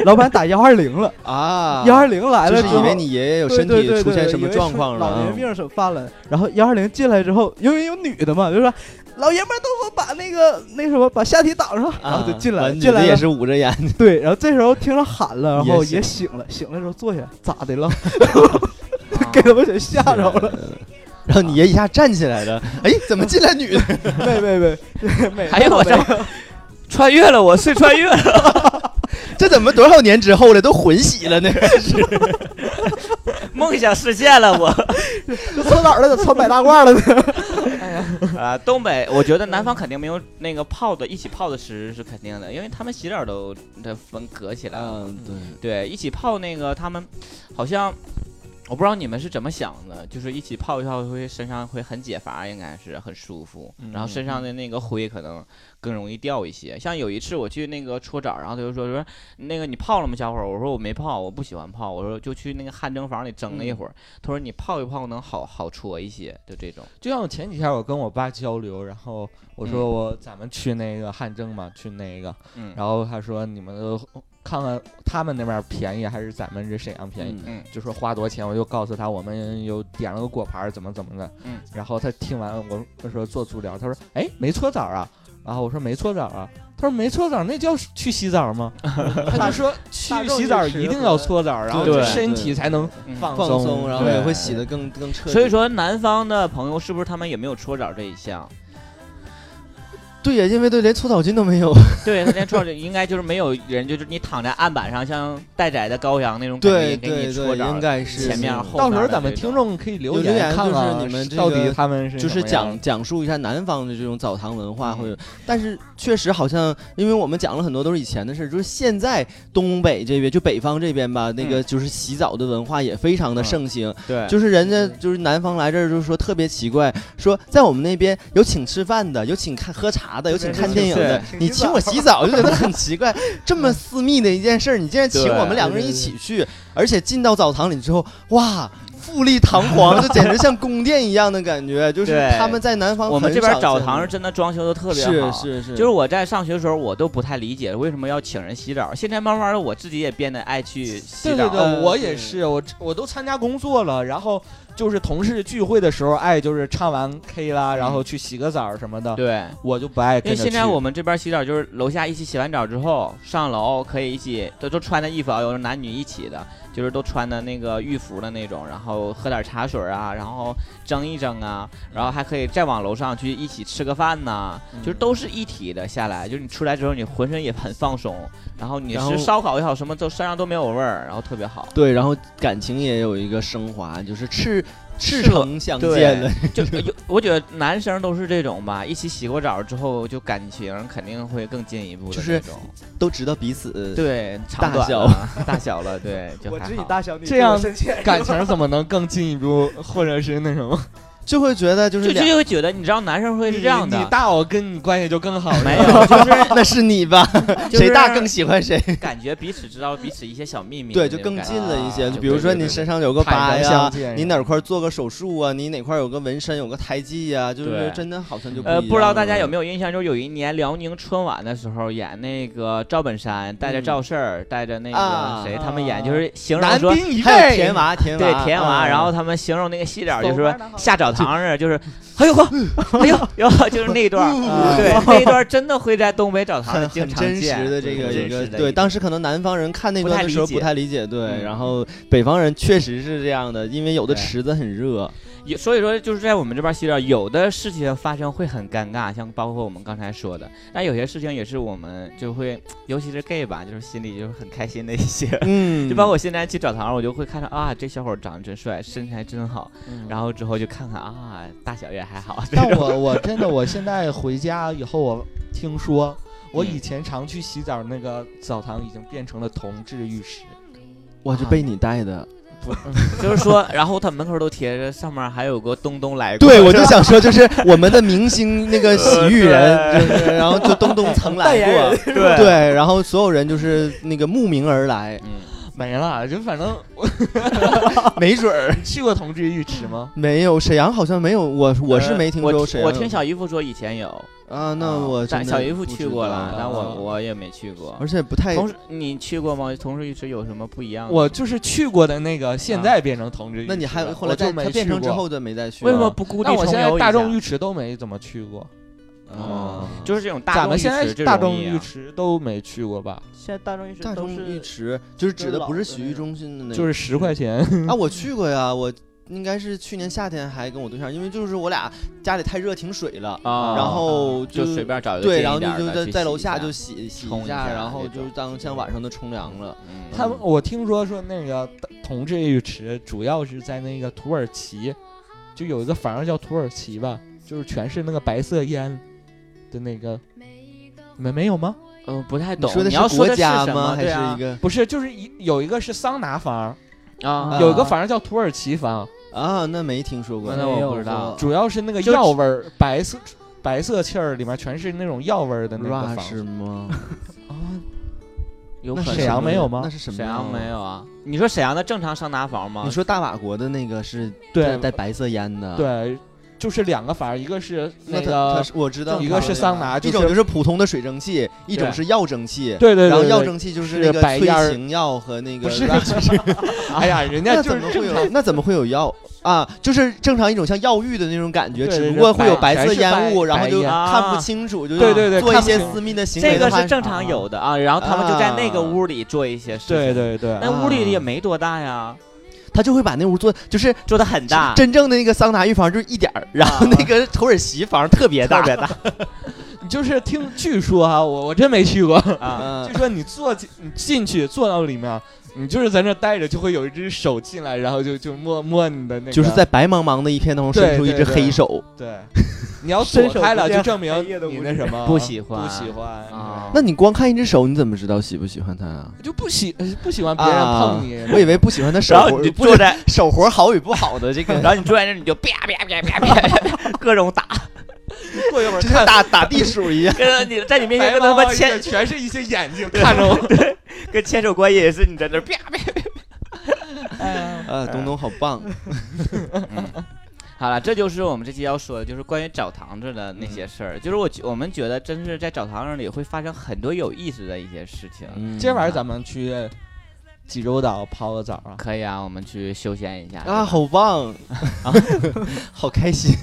[SPEAKER 4] 老板打幺二零了，
[SPEAKER 3] 啊，
[SPEAKER 4] 幺二零来
[SPEAKER 3] 就
[SPEAKER 4] 了之
[SPEAKER 3] 是以
[SPEAKER 4] 后
[SPEAKER 3] 为。你爷爷有
[SPEAKER 4] 对
[SPEAKER 3] 身
[SPEAKER 4] 对
[SPEAKER 3] 体
[SPEAKER 4] 对
[SPEAKER 3] 出
[SPEAKER 4] 对，
[SPEAKER 3] 现什么
[SPEAKER 4] 以为
[SPEAKER 3] 状
[SPEAKER 4] 是
[SPEAKER 3] 况了
[SPEAKER 4] 老
[SPEAKER 3] 啊
[SPEAKER 4] 年，病什犯了。然后幺二零进来之后，因为有女的嘛，就说老爷们儿，等我把那个那什么，把下体挡上，然后就进来
[SPEAKER 3] 啊完
[SPEAKER 4] 了，
[SPEAKER 3] 女
[SPEAKER 4] 进
[SPEAKER 3] 的
[SPEAKER 4] 来
[SPEAKER 3] 也
[SPEAKER 4] 了
[SPEAKER 3] 是捂着眼睛，
[SPEAKER 4] 对，然后这时候听着喊了，然后
[SPEAKER 3] 也啊
[SPEAKER 4] 也醒了，醒了之后坐下，咋的了？ 给他们给吓着了，
[SPEAKER 3] 然后你爷一下站起来了，哎，怎么进来女的？
[SPEAKER 4] 没没没 没，
[SPEAKER 1] 还有我这 穿越了，我睡穿越了。
[SPEAKER 3] 这怎么多少年之后了，都混洗 了呢？
[SPEAKER 1] 梦想实现了我。
[SPEAKER 4] 就搓澡了，搓白大褂了呢。
[SPEAKER 1] 啊，东北，我觉得南方肯定没有那个泡的，一起泡的吃是肯定的，因为他们洗澡都这分隔起来了。
[SPEAKER 3] 嗯，对，
[SPEAKER 1] 对，一起泡那个他们好像，我不知道你们是怎么想的，就是一起泡一泡会身上会很解乏，应该是很舒服，然后身上的那个灰可能更容易掉一些。像有一次我去那个搓澡，然后他就说说那个你泡了吗，小伙儿？我说我没泡，我不喜欢泡，我说就去那个汗蒸房里蒸了一会儿。他说你泡一泡能好好搓一些，就这种。
[SPEAKER 2] 就像我前几天我跟我爸交流，然后我说我咱们去那个汗蒸嘛，去那个，
[SPEAKER 1] 嗯，
[SPEAKER 2] 然后他说你们都看看他们那边便宜还是咱们这沈阳便宜，
[SPEAKER 1] 嗯
[SPEAKER 2] 就说花多少钱，我就告诉他我们有点了个果盘儿怎么怎么的，
[SPEAKER 1] 嗯，
[SPEAKER 2] 然后他听完我我说做足疗，他说哎没搓澡啊，然后我说没搓澡啊，他说没搓澡那叫去洗澡吗？他就说去
[SPEAKER 4] 大众
[SPEAKER 2] 洗澡
[SPEAKER 4] 饮食
[SPEAKER 2] 一定要搓澡，然后
[SPEAKER 1] 对
[SPEAKER 2] 身体才能
[SPEAKER 1] 嗯
[SPEAKER 2] 放
[SPEAKER 3] 放松，然后也
[SPEAKER 2] 对
[SPEAKER 3] 会洗得更更彻底。
[SPEAKER 1] 所以说，南方的朋友是不是他们也没有搓澡这一项？
[SPEAKER 3] 对呀，因为对连搓澡巾都没 有。
[SPEAKER 1] 对他连搓澡应该就是没有人，就是你躺在案板上，像待宰的羔羊那种感觉，
[SPEAKER 3] 对
[SPEAKER 1] 给你
[SPEAKER 3] 对
[SPEAKER 1] 搓
[SPEAKER 3] 对，
[SPEAKER 1] 澡
[SPEAKER 3] 应。该是
[SPEAKER 1] 前面后
[SPEAKER 2] 到时
[SPEAKER 1] 面
[SPEAKER 2] 候
[SPEAKER 1] 的
[SPEAKER 2] 咱们
[SPEAKER 1] 这
[SPEAKER 2] 听
[SPEAKER 1] 种
[SPEAKER 2] 众可以留
[SPEAKER 3] 有留言
[SPEAKER 2] 看
[SPEAKER 3] 就是
[SPEAKER 2] 看
[SPEAKER 3] 你们这
[SPEAKER 2] 到底
[SPEAKER 3] 个
[SPEAKER 2] 他们是
[SPEAKER 3] 就
[SPEAKER 2] 什
[SPEAKER 3] 是
[SPEAKER 2] 么样
[SPEAKER 3] 讲
[SPEAKER 2] 的
[SPEAKER 3] 讲述一下南方的这种澡堂文化，
[SPEAKER 1] 嗯
[SPEAKER 3] 或者，但是确实好像，因为我们讲了很多都是以前的事儿，就是现在东北这边，就北方这边吧，那个就是洗澡的文化也非常的盛行，
[SPEAKER 1] 对，
[SPEAKER 3] 就是人
[SPEAKER 1] 嗯
[SPEAKER 3] 家就是南方来这儿就是说特别奇怪，说在我们那边有请吃饭的，有请看喝茶的，有请看电影的，
[SPEAKER 4] 对
[SPEAKER 3] 你请我洗澡就觉得很 奇怪，这么私密的一件事儿，你竟然请我们两个人一起去，而且进到澡堂里之后，哇。富丽堂皇，就简直像宫殿一样的感 觉，就是
[SPEAKER 1] 对
[SPEAKER 3] 他们在南方
[SPEAKER 1] 我们
[SPEAKER 3] 很
[SPEAKER 1] 这边
[SPEAKER 3] 少
[SPEAKER 1] 澡
[SPEAKER 3] 见
[SPEAKER 1] 堂是真的装修的特别好。
[SPEAKER 3] 是是是，
[SPEAKER 1] 就是我在上学的时候，我都不太理解为什么要请人洗澡。现在慢慢的，我自己也变得爱去洗澡
[SPEAKER 2] 对对
[SPEAKER 1] 了。
[SPEAKER 2] 对，
[SPEAKER 3] 嗯
[SPEAKER 2] 我也
[SPEAKER 3] 对
[SPEAKER 2] 是，我我都参加工作了，然后就是同事聚会的时候，爱就是唱完 K 啦，然后去洗个澡什么的，
[SPEAKER 1] 对
[SPEAKER 2] 我就不爱
[SPEAKER 1] 因
[SPEAKER 2] 跟
[SPEAKER 1] 为
[SPEAKER 2] 着
[SPEAKER 1] 现在
[SPEAKER 2] 去
[SPEAKER 1] 我们这边洗澡就是楼下一起洗完澡之后上楼可以一起都都穿的衣服啊，有的男女一起的，就是都穿的那个浴服的那种，然后喝点茶水啊，然后蒸一蒸啊，然后还可以再往楼上去一起吃个饭呐、
[SPEAKER 3] 嗯
[SPEAKER 1] 就是都是一体的下来，就是你出来之后你浑身也很放松，然后你
[SPEAKER 3] 然后
[SPEAKER 1] 吃烧烤也好，什么都身上都没有味儿，然后特别 好。
[SPEAKER 3] 对，然后感情也有一个升华，就是赤赤
[SPEAKER 1] 是了
[SPEAKER 3] 诚相
[SPEAKER 1] 对
[SPEAKER 3] 见的，
[SPEAKER 1] 就有我觉得男生都是这种吧，一起洗过澡之后就感情肯定会更进一步的
[SPEAKER 3] 就是
[SPEAKER 1] 那种。
[SPEAKER 3] 都知道彼此
[SPEAKER 1] 对，长
[SPEAKER 3] 大
[SPEAKER 1] 短
[SPEAKER 3] 小
[SPEAKER 1] 了大小了，对，就
[SPEAKER 4] 我
[SPEAKER 1] 还
[SPEAKER 4] 只以
[SPEAKER 1] 好
[SPEAKER 4] 大小你
[SPEAKER 2] 这样
[SPEAKER 4] 深浅
[SPEAKER 2] 感情怎么能更进一步，或者是那什么？
[SPEAKER 3] 就会觉得就是
[SPEAKER 1] 就就
[SPEAKER 3] 两
[SPEAKER 1] 就会觉得，你知道男生会是这样
[SPEAKER 2] 你
[SPEAKER 1] 的，
[SPEAKER 2] 大我跟你关系就更好 了。
[SPEAKER 1] 没 有，就是
[SPEAKER 3] 那是你吧？
[SPEAKER 1] 就是
[SPEAKER 3] 谁大更喜欢谁？
[SPEAKER 1] 感觉彼此知道彼此一些小秘密，
[SPEAKER 3] 对，就更近了一些。
[SPEAKER 2] 啊
[SPEAKER 3] 就比如说
[SPEAKER 2] 对对
[SPEAKER 3] 你
[SPEAKER 2] 对
[SPEAKER 3] 身上有个
[SPEAKER 2] 坦
[SPEAKER 3] 疤
[SPEAKER 2] 诚
[SPEAKER 3] 呀
[SPEAKER 2] 相见，
[SPEAKER 3] 你哪块儿做个手术啊，你哪块儿有个纹身，有个胎记呀，就是
[SPEAKER 1] 对
[SPEAKER 3] 真的好像就
[SPEAKER 1] 呃，
[SPEAKER 3] 一
[SPEAKER 1] 不知道大家有
[SPEAKER 3] 样了
[SPEAKER 1] 没有印象，就是有一年辽宁春晚的时候演那个赵本山，带着赵四儿，带着那
[SPEAKER 3] 嗯啊
[SPEAKER 1] 个谁，他们演
[SPEAKER 4] 啊
[SPEAKER 1] 就是形容
[SPEAKER 2] 男
[SPEAKER 1] 说
[SPEAKER 2] 宾一
[SPEAKER 3] 还有
[SPEAKER 2] 位
[SPEAKER 3] 甜娃，甜娃，
[SPEAKER 1] 对甜娃，
[SPEAKER 3] 嗯
[SPEAKER 1] 然后他们形容那个戏点儿就是
[SPEAKER 4] 手腕
[SPEAKER 1] 说
[SPEAKER 4] 儿呢好
[SPEAKER 1] 下澡堂似的，就是哎呦呵，哎呦呦，就是那一段儿，
[SPEAKER 3] 啊
[SPEAKER 1] 对那一段儿真的会在东北澡堂
[SPEAKER 3] 很
[SPEAKER 1] 里
[SPEAKER 3] 很
[SPEAKER 1] 经常
[SPEAKER 3] 真
[SPEAKER 1] 见
[SPEAKER 3] 实的这个
[SPEAKER 1] 真
[SPEAKER 3] 一个
[SPEAKER 1] 实的
[SPEAKER 3] 对，
[SPEAKER 1] 一
[SPEAKER 3] 当时可能南方人看那
[SPEAKER 1] 不
[SPEAKER 3] 段
[SPEAKER 1] 太
[SPEAKER 3] 的
[SPEAKER 1] 理
[SPEAKER 3] 时候
[SPEAKER 1] 解
[SPEAKER 3] 不太理解，对，
[SPEAKER 1] 嗯
[SPEAKER 3] 然后北方人确实是这样的，因为有的
[SPEAKER 1] 对
[SPEAKER 3] 池子很热，
[SPEAKER 1] 也所以说，就是在我们这边儿西料，有的事情发生会很尴尬，像包括我们刚才说的，但有些事情也是我们就会，尤其是 gay 吧，就是心里就是很开心的一些。
[SPEAKER 3] 嗯
[SPEAKER 1] 就包括我现在去澡堂，我就会看到啊，这小伙儿长得真帅，身材真好，
[SPEAKER 3] 嗯
[SPEAKER 1] 然后之后就看看啊，大小也还好。 这
[SPEAKER 2] 但
[SPEAKER 1] 种
[SPEAKER 2] 我我真的我现在回家以后，我听说我
[SPEAKER 1] 嗯
[SPEAKER 2] 以前常去洗澡那个澡堂已经变成了同志浴室。
[SPEAKER 3] 哇，这被你带的，
[SPEAKER 1] 就是说，然后他门口都贴着，上面还有个东东 来过。
[SPEAKER 3] 对我
[SPEAKER 1] 是
[SPEAKER 3] 就
[SPEAKER 1] 吧
[SPEAKER 3] 想说，就是我们的明星那
[SPEAKER 1] 呃
[SPEAKER 3] 个洗浴人，就是然后就东东 曾来过，
[SPEAKER 1] 对
[SPEAKER 3] 对，然后所有人就是那个慕名 而来，
[SPEAKER 1] 嗯，
[SPEAKER 2] 没了，就反正
[SPEAKER 3] 没准儿
[SPEAKER 2] 你去过同志浴池吗？
[SPEAKER 3] 没有沈阳好像没有，我我是没听
[SPEAKER 1] 呃我
[SPEAKER 3] 说啊沈阳
[SPEAKER 1] 我
[SPEAKER 3] 有
[SPEAKER 1] 听小姨夫说以前有，
[SPEAKER 3] 啊，那
[SPEAKER 1] 啊
[SPEAKER 3] 我
[SPEAKER 1] 但
[SPEAKER 3] 真的
[SPEAKER 1] 小姨夫
[SPEAKER 3] 不知
[SPEAKER 1] 去过
[SPEAKER 3] 道
[SPEAKER 1] 了，但
[SPEAKER 3] 啊
[SPEAKER 1] 我我也没去过。
[SPEAKER 3] 而且不太
[SPEAKER 1] 同时，你去过吗？同事浴池有什么不一样的？
[SPEAKER 2] 我就是去过的那个，现在变成同志浴池了。
[SPEAKER 3] 那你还后
[SPEAKER 2] 我
[SPEAKER 3] 来
[SPEAKER 2] 就
[SPEAKER 3] 在
[SPEAKER 2] 没
[SPEAKER 3] 它变
[SPEAKER 2] 去
[SPEAKER 3] 成之
[SPEAKER 2] 过，
[SPEAKER 3] 后就没再去了，
[SPEAKER 1] 为什么不孤立
[SPEAKER 2] 但我
[SPEAKER 1] 重
[SPEAKER 2] 现在
[SPEAKER 1] 游一
[SPEAKER 2] 大众
[SPEAKER 1] 下
[SPEAKER 2] 浴池都没怎么去过。
[SPEAKER 1] 哦
[SPEAKER 3] 哦，
[SPEAKER 1] 就是这种大
[SPEAKER 2] 咱
[SPEAKER 1] 众
[SPEAKER 2] 们
[SPEAKER 1] 浴
[SPEAKER 2] 现在
[SPEAKER 1] 池这
[SPEAKER 2] 大
[SPEAKER 1] 种
[SPEAKER 2] 众
[SPEAKER 1] 意义
[SPEAKER 2] 浴
[SPEAKER 1] 啊
[SPEAKER 2] 池都没去过吧？
[SPEAKER 4] 现在大众浴池
[SPEAKER 3] 大
[SPEAKER 4] 都
[SPEAKER 3] 众
[SPEAKER 4] 是
[SPEAKER 3] 浴池就是指的不是洗浴中心的那个，
[SPEAKER 2] 就是十块钱，
[SPEAKER 3] 啊，我去过呀，我应该是去年夏天还跟我对象，因为就是我俩家里太热停水了，
[SPEAKER 1] 啊，
[SPEAKER 3] 然后
[SPEAKER 1] 就随便找一个
[SPEAKER 3] 对，
[SPEAKER 1] 近
[SPEAKER 3] 然
[SPEAKER 1] 一点
[SPEAKER 3] 后就
[SPEAKER 1] 儿
[SPEAKER 3] 就
[SPEAKER 1] 的
[SPEAKER 3] 在
[SPEAKER 1] 去
[SPEAKER 3] 在
[SPEAKER 1] 洗
[SPEAKER 3] 楼
[SPEAKER 1] 一
[SPEAKER 3] 下就洗洗
[SPEAKER 1] 冲一下
[SPEAKER 3] 然后
[SPEAKER 1] 那
[SPEAKER 3] 就
[SPEAKER 1] 种
[SPEAKER 3] 当像晚上的冲凉了。
[SPEAKER 1] 嗯
[SPEAKER 2] 他们我听说说那个同志浴池主要是在那个土耳其，就有一个反正叫土耳其吧，就是全是那个白色烟的那个，没没有吗？
[SPEAKER 1] 嗯不太
[SPEAKER 3] 你
[SPEAKER 1] 懂，
[SPEAKER 3] 说的
[SPEAKER 1] 你要说
[SPEAKER 3] 国
[SPEAKER 1] 的
[SPEAKER 3] 家
[SPEAKER 1] 什
[SPEAKER 3] 吗？
[SPEAKER 1] 么？
[SPEAKER 3] 还
[SPEAKER 1] 对
[SPEAKER 3] 是
[SPEAKER 1] 啊
[SPEAKER 3] 一个
[SPEAKER 2] 不是，就是一有一个是桑拿房，
[SPEAKER 1] 啊，
[SPEAKER 2] 有一个反正叫土耳其房，
[SPEAKER 3] 啊？那没听说过
[SPEAKER 1] 那，
[SPEAKER 4] 没
[SPEAKER 1] 我
[SPEAKER 4] 有
[SPEAKER 1] 不知道
[SPEAKER 4] 过。
[SPEAKER 2] 主要是那个
[SPEAKER 1] 就是
[SPEAKER 2] 药味儿，白色白色气儿里面全是那种药味儿的那个
[SPEAKER 3] Ra
[SPEAKER 2] 房
[SPEAKER 3] 是吗？
[SPEAKER 2] 啊，
[SPEAKER 1] 有
[SPEAKER 3] 那
[SPEAKER 1] 可
[SPEAKER 3] 是
[SPEAKER 1] 能
[SPEAKER 2] 沈阳没有吗
[SPEAKER 3] 那是什么？
[SPEAKER 1] 沈阳没。有啊？你说沈阳的正常桑拿房吗？
[SPEAKER 3] 你说大瓦国的那个是带
[SPEAKER 2] 对
[SPEAKER 3] 带白色烟的，，
[SPEAKER 2] 对，就是两个房，一个是
[SPEAKER 3] 那它它
[SPEAKER 2] 个
[SPEAKER 3] 是我知道，
[SPEAKER 2] 一个是桑拿，
[SPEAKER 3] 一
[SPEAKER 2] 就
[SPEAKER 3] 种就是是普通的水蒸气，一种
[SPEAKER 2] 对
[SPEAKER 3] 是药蒸气。
[SPEAKER 2] 对对对，
[SPEAKER 3] 然后
[SPEAKER 2] 对
[SPEAKER 3] 药
[SPEAKER 2] 对
[SPEAKER 3] 蒸气就是
[SPEAKER 2] 是
[SPEAKER 3] 那个
[SPEAKER 2] 白
[SPEAKER 3] 催
[SPEAKER 2] 烟儿
[SPEAKER 3] 情药和那个
[SPEAKER 2] 不是
[SPEAKER 3] Ra
[SPEAKER 2] 哎呀，人家
[SPEAKER 3] 那
[SPEAKER 2] 就
[SPEAKER 3] 怎
[SPEAKER 2] 是
[SPEAKER 3] 么
[SPEAKER 2] 正
[SPEAKER 3] 会有？那怎么会有药啊？就是正常一种像药浴的那种感觉，
[SPEAKER 2] 对
[SPEAKER 3] 只
[SPEAKER 2] 对
[SPEAKER 3] 不过
[SPEAKER 2] 对
[SPEAKER 3] 会有
[SPEAKER 2] 白
[SPEAKER 3] 白色
[SPEAKER 2] 全是白
[SPEAKER 3] 烟雾，然后
[SPEAKER 2] 白
[SPEAKER 3] 就
[SPEAKER 2] 烟
[SPEAKER 3] 看不
[SPEAKER 1] 啊
[SPEAKER 3] 清楚，就
[SPEAKER 2] 对对对
[SPEAKER 3] 做一
[SPEAKER 2] 看不
[SPEAKER 3] 些
[SPEAKER 2] 清
[SPEAKER 3] 私密的行为
[SPEAKER 1] 这
[SPEAKER 3] 的
[SPEAKER 1] 个
[SPEAKER 3] 话
[SPEAKER 1] 是，正常有的啊，然后他们就在那个屋里做一些事情。
[SPEAKER 2] 对。对对，
[SPEAKER 1] 那屋里也没多大呀，
[SPEAKER 3] 他就会把那屋做，就是
[SPEAKER 1] 做的很大，
[SPEAKER 3] 真正的那个桑拿浴房就是一点儿，然
[SPEAKER 2] 啊
[SPEAKER 3] 后那个土耳其房特别大，
[SPEAKER 1] 特别大
[SPEAKER 2] 就是听据说哈，我我真没去过，
[SPEAKER 1] 啊。
[SPEAKER 3] 嗯
[SPEAKER 2] 据说你坐进你进去坐到里面，你就是在那待着，就会有一只手进来，然后就就摸摸你的那个，
[SPEAKER 3] 就是在白茫茫的一片当中伸
[SPEAKER 2] 对
[SPEAKER 3] 出一
[SPEAKER 2] 对
[SPEAKER 3] 只
[SPEAKER 2] 对
[SPEAKER 3] 黑手。
[SPEAKER 2] 对，你要
[SPEAKER 4] 伸
[SPEAKER 2] 躲
[SPEAKER 4] 手
[SPEAKER 2] 开
[SPEAKER 4] 不
[SPEAKER 2] 了，
[SPEAKER 4] 见
[SPEAKER 2] 就证明
[SPEAKER 4] 黑夜的
[SPEAKER 2] 你
[SPEAKER 4] 无
[SPEAKER 2] 那
[SPEAKER 4] 知
[SPEAKER 2] 什么
[SPEAKER 1] 不喜欢
[SPEAKER 2] 不喜欢
[SPEAKER 1] 啊
[SPEAKER 3] 那你光看一只手，你怎么知道喜不喜欢他啊？
[SPEAKER 2] 对就不喜呃不喜欢别人碰你，
[SPEAKER 3] 我以为不喜欢他手
[SPEAKER 1] 然后
[SPEAKER 3] 活
[SPEAKER 1] 你，就
[SPEAKER 3] 不
[SPEAKER 1] 坐
[SPEAKER 3] 是
[SPEAKER 1] 在，
[SPEAKER 3] 手活好与不好的这个
[SPEAKER 1] 然，后你坐在那儿，你就啪啪啪啪啪 各种打，
[SPEAKER 2] 过一会儿
[SPEAKER 3] 就像打打地鼠一样。
[SPEAKER 1] 跟你在你面前
[SPEAKER 2] 白
[SPEAKER 1] 跟他
[SPEAKER 2] 茫
[SPEAKER 1] 妈
[SPEAKER 2] 茫一
[SPEAKER 1] 牵
[SPEAKER 2] 个全是一些眼睛看 着我，
[SPEAKER 1] 跟千手观音也是你在那儿啪啪。
[SPEAKER 3] 啊，东东好棒！
[SPEAKER 1] 好了，这就是我们这期要说的，就是关于澡堂子的那些事儿。就是我觉我们觉得，真是在澡堂子里会发生很多有意思的一些事情。
[SPEAKER 2] 今晚咱们去济州岛泡个澡 啊。
[SPEAKER 1] 可以啊，我们去休闲一下
[SPEAKER 3] 啊，好棒！ 好开心！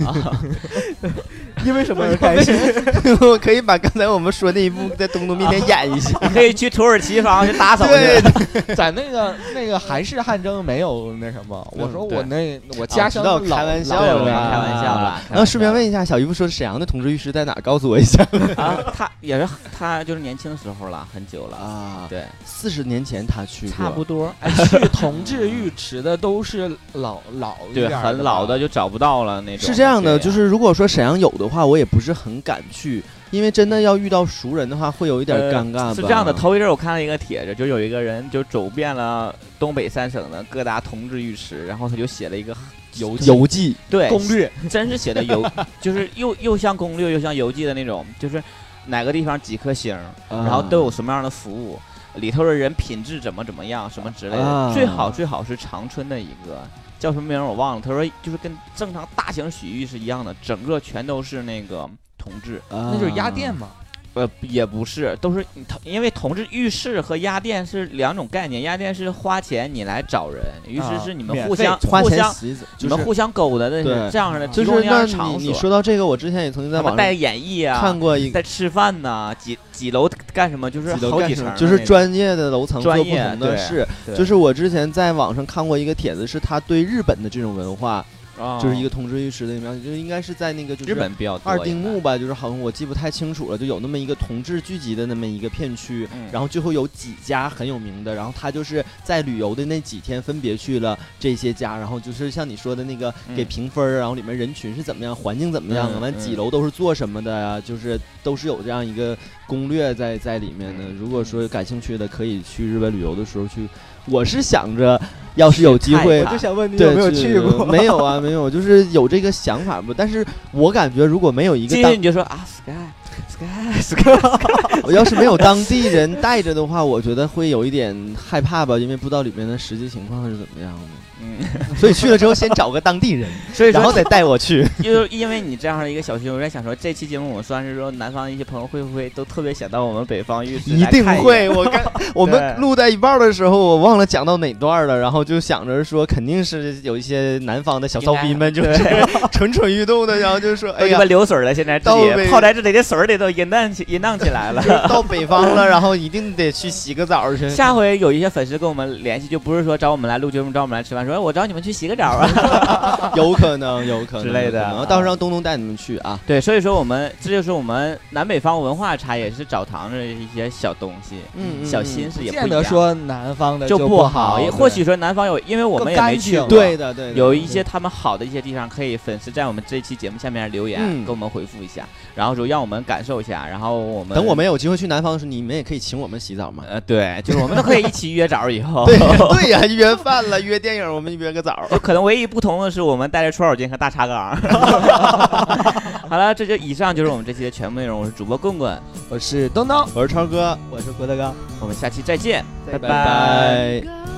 [SPEAKER 4] 因为什么而开心？
[SPEAKER 3] 我可以把刚才我们说那一幕在东东面前演一下。
[SPEAKER 1] 你可以去土耳其房去打扫
[SPEAKER 3] 对
[SPEAKER 1] 去。
[SPEAKER 2] 在那个那个韩式汗蒸没有那什么，我说
[SPEAKER 1] 对
[SPEAKER 2] 我那我家乡
[SPEAKER 3] 知道
[SPEAKER 2] 是老
[SPEAKER 3] 开玩笑
[SPEAKER 2] 老
[SPEAKER 1] 对，我
[SPEAKER 3] 的
[SPEAKER 1] 们
[SPEAKER 2] 人
[SPEAKER 1] 开玩笑
[SPEAKER 2] 啊
[SPEAKER 1] 啦。
[SPEAKER 3] 然后顺便问一下，小姨夫说沈阳的同志浴室在哪儿？告诉我一下。
[SPEAKER 1] 啊，他也是他就是年轻时候了，很久了。
[SPEAKER 3] 啊，
[SPEAKER 1] 对，
[SPEAKER 3] 四十年前他去过，
[SPEAKER 1] 差不多。
[SPEAKER 2] 哎，去同志浴池的都是老老一
[SPEAKER 1] 对，
[SPEAKER 2] 点儿
[SPEAKER 1] 很
[SPEAKER 2] 吧
[SPEAKER 1] 老的就找不到了那种。啊
[SPEAKER 3] 是这样的，就是如果说沈阳有的话，我也不是很敢去，因为真的要遇到熟人的话，会有一点
[SPEAKER 1] 呃
[SPEAKER 3] 尴尬吧。
[SPEAKER 1] 是这样的，头一阵儿我看了一个帖子，就有一个人就走遍了东北三省的各大同志浴池，然后他就写了一个
[SPEAKER 2] 游
[SPEAKER 3] 游记，
[SPEAKER 1] 对
[SPEAKER 2] 攻略，
[SPEAKER 1] 真是写的游， 就是又又像攻略又像游记的那种，就是哪个地方几颗星儿，
[SPEAKER 3] 啊
[SPEAKER 1] 然后都有什么样的服务，里头的人品质怎么怎么样，什么之类的。
[SPEAKER 3] 啊
[SPEAKER 1] 最好最好是长春的一个叫什么名儿我忘了，他说就是跟正常大型洗浴是一样的，整个全都是那个同志，
[SPEAKER 3] 那
[SPEAKER 2] 那就是鸭店嘛。
[SPEAKER 1] 呃，也不是，都是同因为同志浴室和鸭店是两种概念，鸭店是花钱你来找人，于
[SPEAKER 2] 啊
[SPEAKER 1] 是是你们
[SPEAKER 2] 免
[SPEAKER 1] 互
[SPEAKER 2] 费
[SPEAKER 1] 相
[SPEAKER 3] 花
[SPEAKER 1] 互
[SPEAKER 3] 钱
[SPEAKER 1] 相。
[SPEAKER 3] 洗澡，
[SPEAKER 1] 你
[SPEAKER 3] 就
[SPEAKER 1] 们
[SPEAKER 3] 是
[SPEAKER 1] 互相勾搭的
[SPEAKER 3] 对
[SPEAKER 1] 是这样的，
[SPEAKER 3] 就
[SPEAKER 1] 提供
[SPEAKER 3] 是
[SPEAKER 1] 这样
[SPEAKER 3] 那
[SPEAKER 1] 的场
[SPEAKER 3] 你你
[SPEAKER 1] 所
[SPEAKER 3] 说到这个，我之前也曾经在
[SPEAKER 1] 什么
[SPEAKER 3] 网
[SPEAKER 1] 带
[SPEAKER 3] 上
[SPEAKER 1] 演绎啊，
[SPEAKER 3] 看过一个
[SPEAKER 1] 在吃饭呐、几几楼干什么，就是
[SPEAKER 3] 几楼
[SPEAKER 1] 好
[SPEAKER 3] 干
[SPEAKER 1] 几
[SPEAKER 3] 什
[SPEAKER 1] 层
[SPEAKER 3] 么
[SPEAKER 1] 的那种，
[SPEAKER 3] 就是专业的楼层做
[SPEAKER 1] 专
[SPEAKER 3] 不
[SPEAKER 1] 业
[SPEAKER 3] 同的
[SPEAKER 1] 对
[SPEAKER 3] 事。
[SPEAKER 1] 对
[SPEAKER 3] 就是我之前在网上看过一个帖子，是他对日本的这种文化，
[SPEAKER 1] 哦
[SPEAKER 3] 就是一个同志浴池的描写，就是应该是在那个就是
[SPEAKER 1] 日本比较多
[SPEAKER 3] 二丁目
[SPEAKER 1] 应
[SPEAKER 3] 吧，就是好像我记不太清楚了，就有那么一个同志聚集的那么一个片区，
[SPEAKER 1] 嗯
[SPEAKER 3] 然后就会有几家很有名的，然后他就是在旅游的那几天分别去了这些家，然后就是像你说的那个
[SPEAKER 1] 嗯
[SPEAKER 3] 给评分儿，啊然后里面人群是怎么样，环境怎么样，
[SPEAKER 1] 嗯
[SPEAKER 3] 完
[SPEAKER 1] 嗯
[SPEAKER 3] 几楼都是做什么的呀、就是都是有这样一个攻略在在里面
[SPEAKER 1] 嗯
[SPEAKER 3] 的。如果说感兴趣的，可以去日本旅游的时候去，我是想着要是有机
[SPEAKER 1] 看一
[SPEAKER 3] 会
[SPEAKER 1] 看
[SPEAKER 4] 就想问你
[SPEAKER 3] 对，
[SPEAKER 4] 有没有
[SPEAKER 3] 就
[SPEAKER 4] 去过？
[SPEAKER 3] 没有啊，没有，就是有这个想法不？但是我感觉如果没有一
[SPEAKER 1] 该
[SPEAKER 3] 个
[SPEAKER 1] 进去
[SPEAKER 3] 当，
[SPEAKER 1] 你就说啊，sky sky sky，
[SPEAKER 3] 我要是没有当地人带着的话，我觉得会有一点害怕吧，因为不知道里面的实际情况是怎么样的。
[SPEAKER 1] 嗯，
[SPEAKER 3] 所以去了之后，先找个当地人，
[SPEAKER 1] 所以
[SPEAKER 3] 然后
[SPEAKER 1] 说
[SPEAKER 3] 再带 我去。
[SPEAKER 1] 就是因为你这样的一个小区，我在想说，这期节目我算是说南方一些朋友会不会都特别想到我们北方浴室
[SPEAKER 3] 一
[SPEAKER 1] 来
[SPEAKER 3] 定
[SPEAKER 1] 看眼
[SPEAKER 3] 会。我刚我们
[SPEAKER 1] 对
[SPEAKER 3] 录在一半儿的时候，我忘了讲到哪段儿了，然后就想着说，肯定是有一些南方的小骚逼 们，就是
[SPEAKER 1] 对哎
[SPEAKER 3] 蠢蠢欲动的，然后 就说，哎
[SPEAKER 1] 都鸡
[SPEAKER 3] 呀
[SPEAKER 1] 巴，流水了，现在自
[SPEAKER 3] 到
[SPEAKER 1] 己
[SPEAKER 3] 北
[SPEAKER 1] 泡在自己的水里都淫荡起淫荡起来了
[SPEAKER 3] 就。是到北方 了，然后一定得去洗个澡儿去。
[SPEAKER 1] 下回有一些粉丝跟我们联系，就不是说找我们来录节目，找我们来吃饭，说哎我找你们去洗个澡啊。
[SPEAKER 3] 有可能，有可能
[SPEAKER 1] 之类的
[SPEAKER 3] 有可能
[SPEAKER 1] 啊
[SPEAKER 3] 到时候让东东带你们去啊。
[SPEAKER 1] 对，所以说我们这就是我们南北方文化差异，是澡堂的一些小东西、
[SPEAKER 3] 嗯嗯
[SPEAKER 1] 小心
[SPEAKER 3] 嗯
[SPEAKER 1] 思
[SPEAKER 2] 不
[SPEAKER 1] 也不
[SPEAKER 2] 见
[SPEAKER 1] 一
[SPEAKER 2] 得
[SPEAKER 1] 样
[SPEAKER 2] 说南方的
[SPEAKER 1] 就
[SPEAKER 2] 不
[SPEAKER 1] 好，也
[SPEAKER 2] 对
[SPEAKER 1] 或许说南方有，因为我
[SPEAKER 2] 更
[SPEAKER 1] 们也没
[SPEAKER 2] 干
[SPEAKER 1] 去
[SPEAKER 2] 净
[SPEAKER 1] 过，
[SPEAKER 3] 对的，对的，
[SPEAKER 1] 有一些他们好的一些地方，可以粉丝在我们这期节目下面留言，
[SPEAKER 3] 嗯
[SPEAKER 1] 给我们回复一下，然后说让我们感受一下，然后我们
[SPEAKER 3] 等我们有机会去南方的时候，你们也可以请我们洗澡嘛。
[SPEAKER 1] 呃对，就是我们都可以一起约澡以后。
[SPEAKER 3] 对对呀，约饭了，约电影，我们约个澡。
[SPEAKER 1] 就可能唯一不同的是，我们带着搓手巾和大茶缸。 好了，这就以上就是我们这期的全部内容。我是主播棍棍，
[SPEAKER 2] 我是东东。
[SPEAKER 3] 我是超哥，
[SPEAKER 4] 我是郭德纲。
[SPEAKER 1] 我们下期再见，
[SPEAKER 4] 再见
[SPEAKER 1] 拜
[SPEAKER 3] 拜。
[SPEAKER 5] Girl,